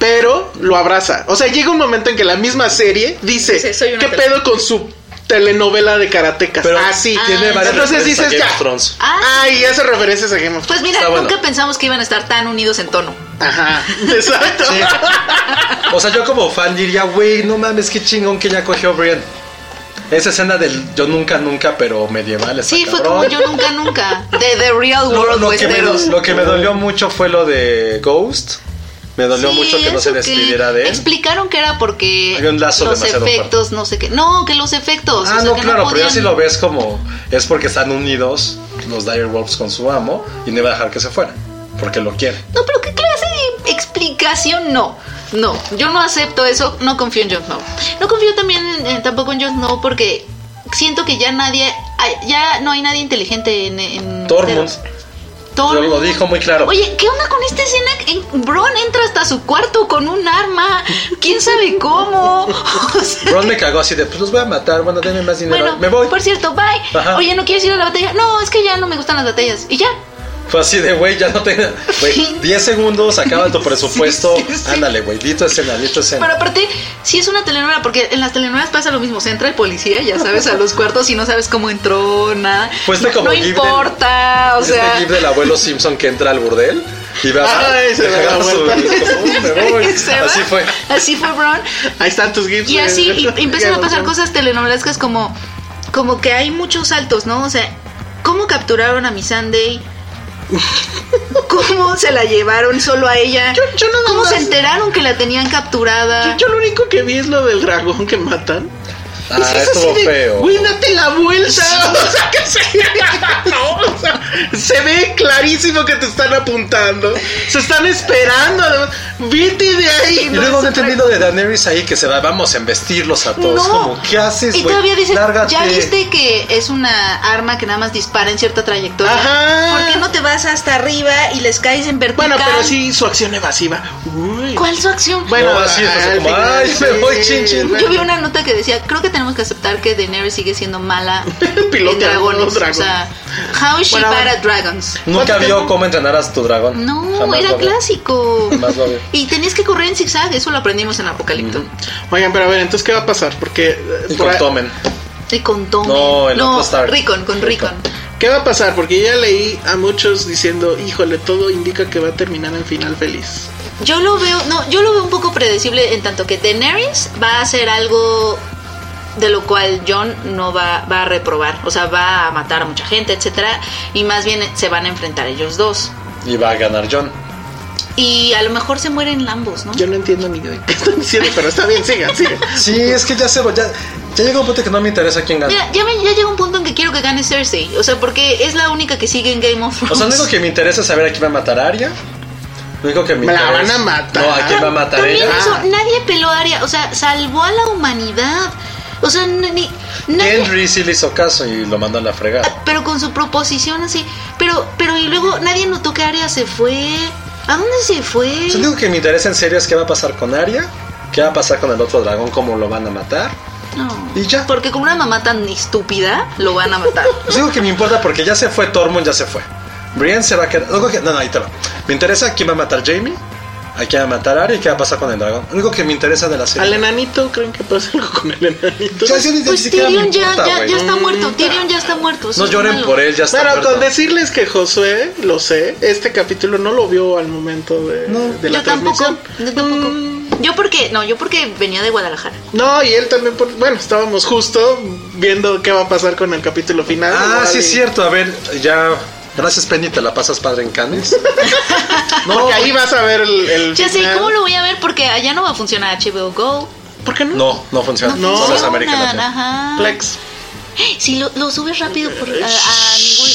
Speaker 3: Pero lo abraza. O sea, llega un momento en que la misma serie dice:
Speaker 4: Sí, soy una
Speaker 3: ¿Qué
Speaker 4: tele-
Speaker 3: pedo con su telenovela de karatecas?
Speaker 2: Pero
Speaker 3: Así.
Speaker 2: tiene varias
Speaker 3: Entonces
Speaker 2: referencias a
Speaker 3: dices:
Speaker 2: Game
Speaker 3: Ya.
Speaker 2: of Thrones.
Speaker 4: Ah,
Speaker 3: Ay, hace referencias a Game of Thrones.
Speaker 4: Pues mira,
Speaker 2: Está bueno.
Speaker 4: nunca pensamos que iban a estar tan unidos en tono.
Speaker 3: Ajá. Exacto.
Speaker 2: O sea, yo como fan diría, güey, no mames, qué chingón que ya cogió Brian. Esa escena del yo nunca, nunca, pero medieval. está
Speaker 4: Sí, fue
Speaker 2: cabrón.
Speaker 4: como yo nunca, nunca. De The Real
Speaker 2: Lo,
Speaker 4: World pues,
Speaker 2: lo que me,
Speaker 4: Westeros.
Speaker 2: lo que me dolió mucho fue lo de Ghost. Me dolió
Speaker 4: Sí,
Speaker 2: mucho que no se
Speaker 4: eso
Speaker 2: despidiera de él.
Speaker 4: Explicaron que era porque
Speaker 2: Había un lazo
Speaker 4: los
Speaker 2: demasiado
Speaker 4: efectos, no sé qué. No, que los efectos.
Speaker 2: Ah,
Speaker 4: o sea,
Speaker 2: no,
Speaker 4: que
Speaker 2: claro, pero ya
Speaker 4: podían-
Speaker 2: si lo ves como es porque están unidos los Dire Wolves con su amo y no iba a dejar que se fuera, porque lo quiere.
Speaker 4: No, pero ¿qué clase de explicación? No, no, yo no acepto eso, no confío en Jon Snow. No confío también en- en- tampoco en Jon Snow porque siento que ya nadie, ay, ya no hay nadie inteligente en... en
Speaker 2: Tormund
Speaker 4: Westeros. Tormund.
Speaker 2: lo dijo muy claro.
Speaker 4: Oye, ¿qué onda con esta escena? En- Bron entra hasta su cuarto con un arma, quién sabe cómo. O sea,
Speaker 2: Ron me cagó así de, pues los voy a matar, bueno, denme más dinero,
Speaker 4: bueno,
Speaker 2: me voy.
Speaker 4: por cierto, bye.
Speaker 2: Ajá.
Speaker 4: Oye, ¿no quieres ir a la batalla? No, es que ya no me gustan las batallas. Y ya,
Speaker 2: Fue así de, güey, ya no tengo... Güey, 10 segundos, acaba tu presupuesto,
Speaker 4: Sí, sí, sí.
Speaker 2: ándale, güey, di tu escena, di tu escena.
Speaker 4: Pero aparte, sí es una telenovela, porque en las telenovelas pasa lo mismo. Se entra el policía, ya sabes, a los cuartos y no sabes cómo entró, nada.
Speaker 2: Pues
Speaker 4: no
Speaker 2: este como
Speaker 4: no
Speaker 2: Gib del-
Speaker 4: importa, o
Speaker 3: Pues
Speaker 2: este
Speaker 4: sea.
Speaker 2: gif del abuelo Simpson que entra al burdel y va a
Speaker 3: Ay, se da la
Speaker 2: agarra su-
Speaker 3: vuelta. Oh,
Speaker 2: como, "Me voy".
Speaker 4: se va.
Speaker 2: Así fue.
Speaker 4: Así fue, Bron.
Speaker 3: Ahí están tus gifs.
Speaker 4: Y
Speaker 3: güey.
Speaker 4: así y empiezan a pasar
Speaker 3: Ya,
Speaker 4: cosas telenovelescas como, como que hay muchos saltos, ¿no? O sea, ¿cómo capturaron a mi Sunday? ¿Cómo se la llevaron solo a ella?
Speaker 3: Yo- yo nada
Speaker 4: ¿Cómo
Speaker 3: más-
Speaker 4: se enteraron que la tenían
Speaker 3: Yo,
Speaker 4: capturada?
Speaker 3: yo lo único que vi es lo del dragón que matan.
Speaker 2: Ah,
Speaker 3: Pues es así
Speaker 2: estuvo
Speaker 3: de,
Speaker 2: feo.
Speaker 3: Güey, date la vuelta. O sea, que se... No, o sea, se ve clarísimo que te están apuntando. Se están esperando. además. Vete de ahí.
Speaker 2: Y
Speaker 3: no
Speaker 2: luego no
Speaker 3: sé.
Speaker 2: entendí lo de Daenerys ahí que se va, vamos a embestirlos a todos. Como, ¿qué haces,
Speaker 4: Y
Speaker 2: güey?
Speaker 4: todavía dices,
Speaker 2: Lárgate.
Speaker 4: ya viste que es una arma que nada más dispara en cierta trayectoria.
Speaker 3: Ajá.
Speaker 4: ¿Por qué no te vas hasta arriba y les caes en vertical?
Speaker 3: Bueno, pero sí su acción evasiva. Uy.
Speaker 4: ¿Cuál es su acción?
Speaker 2: No, así, pues,
Speaker 3: al
Speaker 2: como,
Speaker 3: final,
Speaker 2: ay, me voy, chin, chin.
Speaker 3: bueno.
Speaker 4: Yo vi una nota que decía, creo que tenemos que aceptar que Daenerys sigue siendo mala en
Speaker 3: Pilota
Speaker 4: dragones.
Speaker 3: los dragones.
Speaker 4: O sea, how is she
Speaker 3: Bueno,
Speaker 4: bad
Speaker 3: bueno.
Speaker 4: at dragons?
Speaker 2: Nunca
Speaker 3: ¿Cuánto
Speaker 2: vio
Speaker 3: tiempo?
Speaker 2: cómo entrenar a tu dragón.
Speaker 4: No,
Speaker 2: Mm. Jamás
Speaker 4: era
Speaker 2: lo vio.
Speaker 4: clásico.
Speaker 2: Jamás lo Mm. veo.
Speaker 4: Y tenías que correr en zigzag, eso lo aprendimos en Apocalipto.
Speaker 3: Oigan, pero a ver, entonces, ¿qué va a pasar? Porque. eh,
Speaker 2: Y
Speaker 3: por
Speaker 2: con
Speaker 3: ahí-
Speaker 2: Tommen.
Speaker 4: Y con Tommen.
Speaker 2: No, el otro
Speaker 4: no,
Speaker 2: Stark.
Speaker 4: Rickon, con Rickon.
Speaker 3: ¿Qué va a pasar? Porque ya leí a muchos diciendo, híjole, todo indica que va a terminar en final feliz.
Speaker 4: Yo lo veo, no, yo lo veo un poco predecible en tanto que Daenerys va a hacer algo de lo cual John no va, va a reprobar, o sea, va a matar a mucha gente, etcétera, y más bien se van a enfrentar ellos dos.
Speaker 2: Y va a ganar John.
Speaker 4: Y a lo mejor se mueren ambos, ¿no?
Speaker 3: Yo no entiendo ni de qué están diciendo, pero está bien, sigan, sigan.
Speaker 2: Sí, es que ya se va. Ya, ya llega un punto que no me interesa quién gana.
Speaker 4: Mira, ya, me- ya llega un punto en que quiero que gane Cersei, o sea, porque es la única que sigue en Game of Thrones.
Speaker 2: O sea, lo único que me interesa es saber a quién va a matar a Arya. Lo único que me
Speaker 3: Me la
Speaker 2: interesa-
Speaker 3: van a matar.
Speaker 2: No, a quién va a matar
Speaker 4: También
Speaker 2: ella.
Speaker 4: eso,
Speaker 3: Ah.
Speaker 4: nadie peló a Arya, o sea, salvó a la humanidad. O sea, ni, ni- nadie-
Speaker 2: Henry sí le hizo caso y lo mandó a la fregada.
Speaker 4: pero con su proposición así. Pero, pero y luego nadie notó que Aria se fue. ¿A dónde se fue?
Speaker 2: O sea, lo único que me interesa en serio es qué va a pasar con Arya, qué va a pasar con el otro dragón, cómo lo van a matar.
Speaker 4: No.
Speaker 2: Y ya.
Speaker 4: Porque con una mamá tan estúpida lo van a matar.
Speaker 2: Pues digo que me importa porque ya se fue Tormund, ya se fue. Brian se va a quedar. Digo que- no, no, ahí te va. Me interesa quién va a matar Jamie, a quién va a matar Arya y qué va a pasar con el dragón. Lo único que me interesa de la serie.
Speaker 3: Al enanito, ¿creen que pasa algo con el enanito?
Speaker 2: Ya, ya ni- ni
Speaker 4: Pues
Speaker 2: siquiera me
Speaker 4: Tyrion ya,
Speaker 2: importa,
Speaker 4: ya,
Speaker 2: güey.
Speaker 4: ya está muerto. Tyrion ya está muerto. eso
Speaker 2: No
Speaker 4: es
Speaker 2: lloren
Speaker 4: malo.
Speaker 2: por él, ya está.
Speaker 3: Pero
Speaker 2: muerto.
Speaker 3: con decirles que Josué, lo sé, este capítulo no lo vio al momento de, de la
Speaker 4: Yo tampoco.
Speaker 3: transmisión.
Speaker 4: Yo tampoco. Yo porque, no, yo porque venía de Guadalajara.
Speaker 3: No, y él también, por- bueno, estábamos justo viendo qué va a pasar con el capítulo final.
Speaker 2: Ah,
Speaker 3: Igual
Speaker 2: sí,
Speaker 3: y-
Speaker 2: es cierto. A ver, ya Gracias, Penny, te la pasas padre en Canes.
Speaker 3: Porque ahí vas a ver el. el
Speaker 4: Ya sé,
Speaker 3: final.
Speaker 4: ¿cómo lo voy a ver? Porque allá no va a funcionar HBO Go.
Speaker 3: ¿Por qué no?
Speaker 2: No, no funciona.
Speaker 3: No
Speaker 2: Solo es
Speaker 4: Funcionan,
Speaker 2: América Latina.
Speaker 4: ajá.
Speaker 3: Plex.
Speaker 4: Si lo, lo subes rápido por, a, a ningún.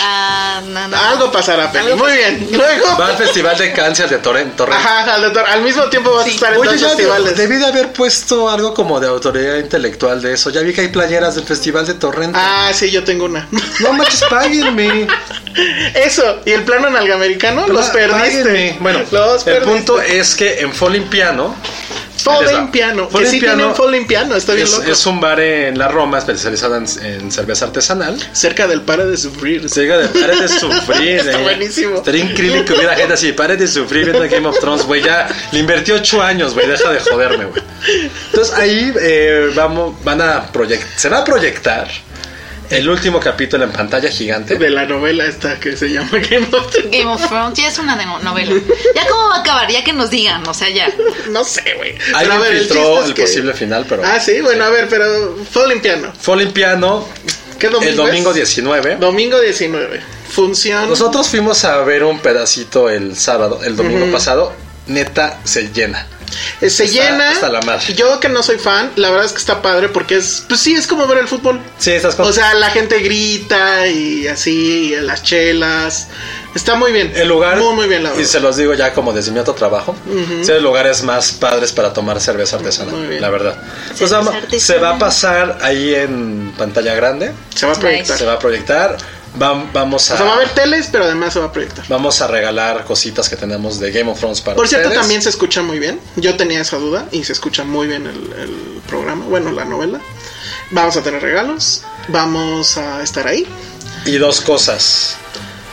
Speaker 4: A, a- na- na-
Speaker 3: Algo pasará, Penny.
Speaker 4: Algo
Speaker 3: Muy bien. Luego.
Speaker 2: Va al Festival de Cáncer de Torre. Torre.
Speaker 3: Ajá, al, doctor, al mismo tiempo vas a estar en
Speaker 2: Oye,
Speaker 3: dos
Speaker 2: ya
Speaker 3: festivales.
Speaker 2: debí de haber puesto algo como de autoridad intelectual de eso. Ya vi que hay playeras del Festival de Torrente.
Speaker 3: Ah, sí, yo tengo una.
Speaker 2: No manches, páguenme.
Speaker 3: Eso, y el plano nalgamericano los
Speaker 2: Pá-
Speaker 3: perdiste.
Speaker 2: páguenme. Bueno,
Speaker 3: Ah, los
Speaker 2: el
Speaker 3: perdiste.
Speaker 2: punto es que en Falling Piano. Ahí les
Speaker 3: Fallen
Speaker 2: va.
Speaker 3: piano. Que
Speaker 2: Fallen
Speaker 3: sí
Speaker 2: Piano
Speaker 3: tienen Fallen piano, está bien
Speaker 2: es,
Speaker 3: loco.
Speaker 2: es un bar en la Roma especializado en, en cerveza artesanal.
Speaker 3: Cerca del para de sufrir.
Speaker 2: Se diga de pare de sufrir.
Speaker 3: Está
Speaker 2: eh.
Speaker 3: buenísimo.
Speaker 2: Estaría increíble que hubiera gente así, pare de sufrir viendo Game of Thrones, güey. Ya le invertí ocho años, güey. Deja de joderme, güey. Entonces ahí eh, vamos, van a proyectar. Se va a proyectar el último capítulo en pantalla gigante.
Speaker 3: De la novela esta que se llama Game of Thrones.
Speaker 4: Game of Thrones ya es una de- novela. ¿Ya cómo va a acabar? Ya que nos digan, o sea, ya.
Speaker 3: No sé, güey. Pero a
Speaker 2: Alguien
Speaker 3: ver, el
Speaker 2: filtró
Speaker 3: chiste es
Speaker 2: el
Speaker 3: que-
Speaker 2: posible final, pero.
Speaker 3: Ah, sí, bueno, a ver, pero Fallen piano.
Speaker 2: Falling Piano,
Speaker 3: ¿Qué domingo
Speaker 2: el domingo
Speaker 3: es?
Speaker 2: 19.
Speaker 3: Domingo 19. Función.
Speaker 2: Nosotros fuimos a ver un pedacito el sábado, el domingo pasado. Neta, se llena.
Speaker 3: Eh, se
Speaker 2: Está
Speaker 3: llena.
Speaker 2: hasta la madre.
Speaker 3: Yo que no soy fan, la verdad es que está padre porque es, pues sí, es como ver el fútbol.
Speaker 2: Sí, estas cosas.
Speaker 3: O sea, la gente grita y así, y las chelas. Está muy bien.
Speaker 2: El lugar,
Speaker 3: Muy, muy bien, la
Speaker 2: y
Speaker 3: verdad.
Speaker 2: se los digo ya como desde mi otro trabajo, es de los lugares más padres para tomar cerveza
Speaker 3: Muy
Speaker 2: artesanal,
Speaker 3: bien.
Speaker 2: la verdad. Pues vamos- se
Speaker 4: artesanal.
Speaker 2: va a pasar ahí en pantalla grande,
Speaker 3: Se va a proyectar.
Speaker 2: se va a proyectar, vam- vamos, a,
Speaker 3: O sea, va a haber teles, pero además se va a proyectar.
Speaker 2: vamos a regalar cositas que tenemos de Game of Thrones para
Speaker 3: Por cierto,
Speaker 2: ustedes.
Speaker 3: también se escucha muy bien. Yo tenía esa duda y se escucha muy bien el, el programa, bueno, la novela. Vamos a tener regalos, vamos a estar ahí.
Speaker 2: Y dos cosas,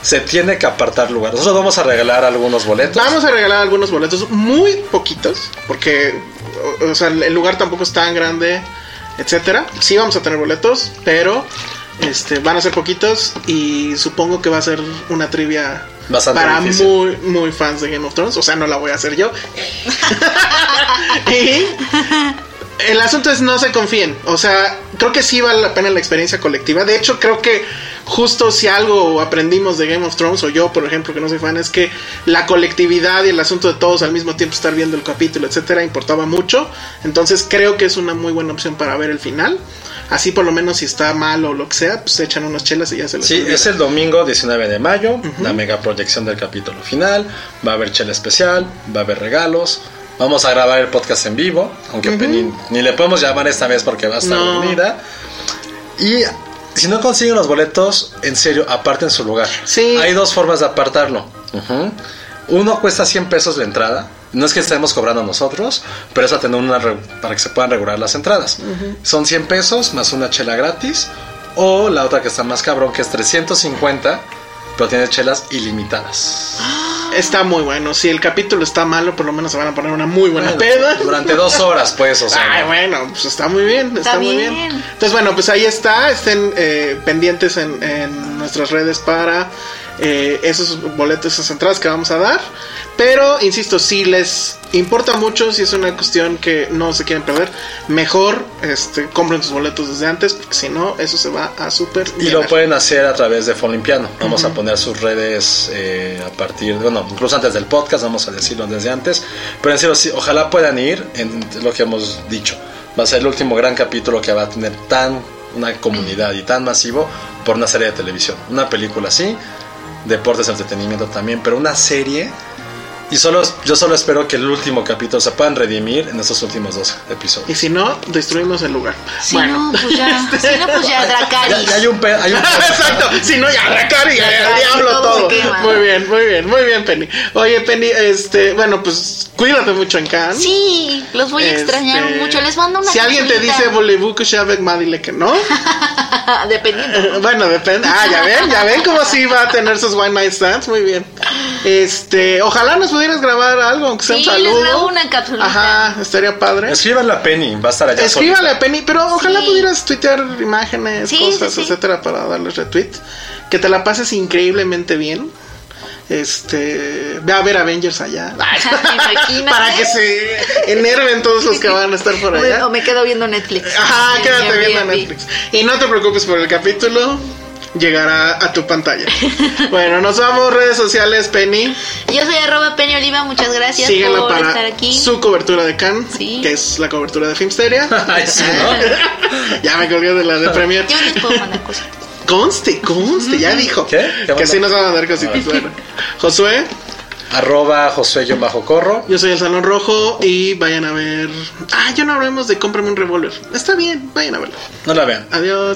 Speaker 2: se tiene que apartar lugar, nosotros vamos a regalar algunos boletos.
Speaker 3: Vamos a regalar algunos boletos, muy poquitos, porque o, o sea, el lugar tampoco es tan grande, etcétera. Sí vamos a tener boletos, pero este van a ser poquitos y supongo que va a ser una trivia
Speaker 2: Bastante
Speaker 3: para
Speaker 2: difícil.
Speaker 3: muy muy fans de Game of Thrones, o sea, no la voy a hacer yo. y el asunto es no se confíen, o sea, creo que sí vale la pena la experiencia colectiva. De hecho, creo que justo si algo aprendimos de Game of Thrones o yo, por ejemplo, que no soy fan, es que la colectividad y el asunto de todos al mismo tiempo estar viendo el capítulo, etcétera, importaba mucho. Entonces, creo que es una muy buena opción para ver el final. Así por lo menos si está mal o lo que sea, pues echan unas chelas y ya se les
Speaker 2: Sí,
Speaker 3: olvida.
Speaker 2: es el domingo 19 de mayo, la mega proyección del capítulo final, va a haber chela especial, va a haber regalos, vamos a grabar el podcast en vivo, aunque Penny- ni le podemos llamar esta vez porque va a estar
Speaker 3: No.
Speaker 2: dormida. Y si no consiguen los boletos, en serio, aparten su lugar.
Speaker 3: Sí.
Speaker 2: Hay dos formas de apartarlo. Ujú. Uno cuesta 100 pesos la entrada. No es que estemos cobrando nosotros, pero es a tener una re- para que se puedan regular las entradas. Son 100 pesos más una chela gratis. O la otra que está más cabrón, que es 350, pero tiene chelas ilimitadas.
Speaker 3: Está muy bueno. Si el capítulo está malo, por lo menos se van a poner una muy buena
Speaker 2: Bueno,
Speaker 3: peda.
Speaker 2: Durante dos horas, pues, o sea.
Speaker 3: Ah, Ay,
Speaker 2: ¿no?
Speaker 3: bueno, pues está muy bien, está,
Speaker 4: Está
Speaker 3: muy bien.
Speaker 4: bien.
Speaker 3: Entonces, bueno, pues ahí está, estén eh, pendientes en, en nuestras redes para eh, esos boletos, esas entradas que vamos a dar. Pero, insisto, si les importa mucho, si es una cuestión que no se quieren perder, mejor este, compren sus boletos desde antes, porque si no, eso se va a super
Speaker 2: Y lo pueden hacer a través de Folimpiano. Vamos a poner sus redes eh, a partir, bueno, incluso antes del podcast, vamos a decirlo desde antes. Pero en serio, sí, ojalá puedan ir en lo que hemos dicho. Va a ser el último gran capítulo que va a tener tan una comunidad y tan masivo por una serie de televisión. Una película así, deportes, entretenimiento también, pero una serie. Y solo, yo solo espero que el último capítulo se puedan redimir en estos últimos dos episodios.
Speaker 3: Y si no, destruimos el lugar.
Speaker 4: Si no, pues ya.
Speaker 3: Este,
Speaker 4: Si no, pues
Speaker 2: Ya-
Speaker 4: ya, Dracarys.
Speaker 2: ya hay un pe- hay un-
Speaker 3: Exacto, si no, ya la cara y ya, ya,
Speaker 4: Ya,
Speaker 3: diablo
Speaker 4: todo
Speaker 3: todo.
Speaker 4: se quema.
Speaker 3: Muy bien, muy bien, muy bien, Penny. Oye, Penny, este, bueno, pues cuídate mucho en Cannes.
Speaker 4: Sí, los voy a extrañar
Speaker 3: Este,
Speaker 4: mucho. Les mando una.
Speaker 3: Si alguien te
Speaker 4: cartulita.
Speaker 3: dice volebu Shabek Ma, dile que no.
Speaker 4: Ah, Dependiendo.
Speaker 3: bueno, depende. Ah, ya ven, ya ven cómo sí va a tener sus One Night Stands. Muy bien. Este, ojalá nos pudieras grabar algo, aunque sea un
Speaker 4: Sí, les
Speaker 3: saludo.
Speaker 4: grabo una capsulita.
Speaker 3: Ajá, estaría padre.
Speaker 2: Escríbanle a Penny, va a estar allá.
Speaker 3: Escríbale a
Speaker 2: solita.
Speaker 3: Penny, pero ojalá
Speaker 4: Sí.
Speaker 3: pudieras tuitear imágenes,
Speaker 4: Sí,
Speaker 3: cosas,
Speaker 4: sí, sí.
Speaker 3: etcétera, para darles retweet. Que te la pases increíblemente bien. Este, ve a ver Avengers allá.
Speaker 4: Imagínate.
Speaker 3: para que se enerven todos los que van a estar por allá.
Speaker 4: O me quedo viendo Netflix.
Speaker 3: Ajá,
Speaker 4: En
Speaker 3: quédate
Speaker 4: Airbnb.
Speaker 3: viendo Netflix. Y no te preocupes por el capítulo. llegará a tu pantalla. bueno, nos vamos, redes sociales, Penny.
Speaker 4: Yo soy arroba Penny Oliva, muchas gracias
Speaker 3: Síganla
Speaker 4: por
Speaker 3: para
Speaker 4: estar aquí.
Speaker 3: su cobertura de Cannes,
Speaker 4: Sí.
Speaker 3: que es la cobertura de Filmsteria.
Speaker 2: Ay, sí, ¿no?
Speaker 3: ya me colgué de la de Premier.
Speaker 4: Yo les puedo mandar cosas.
Speaker 3: Conste, conste, ya dijo.
Speaker 2: ¿Qué? ¿Qué
Speaker 3: Que
Speaker 2: mandó?
Speaker 3: sí nos van a dar cositas. Bueno. Josué,
Speaker 2: Arroba Josué John Bajo Corro.
Speaker 3: yo soy el Salón Rojo y vayan a ver. Ah, ya no hablemos de cómprame un revólver. Está bien, vayan a verlo.
Speaker 2: No la vean.
Speaker 3: Adiós.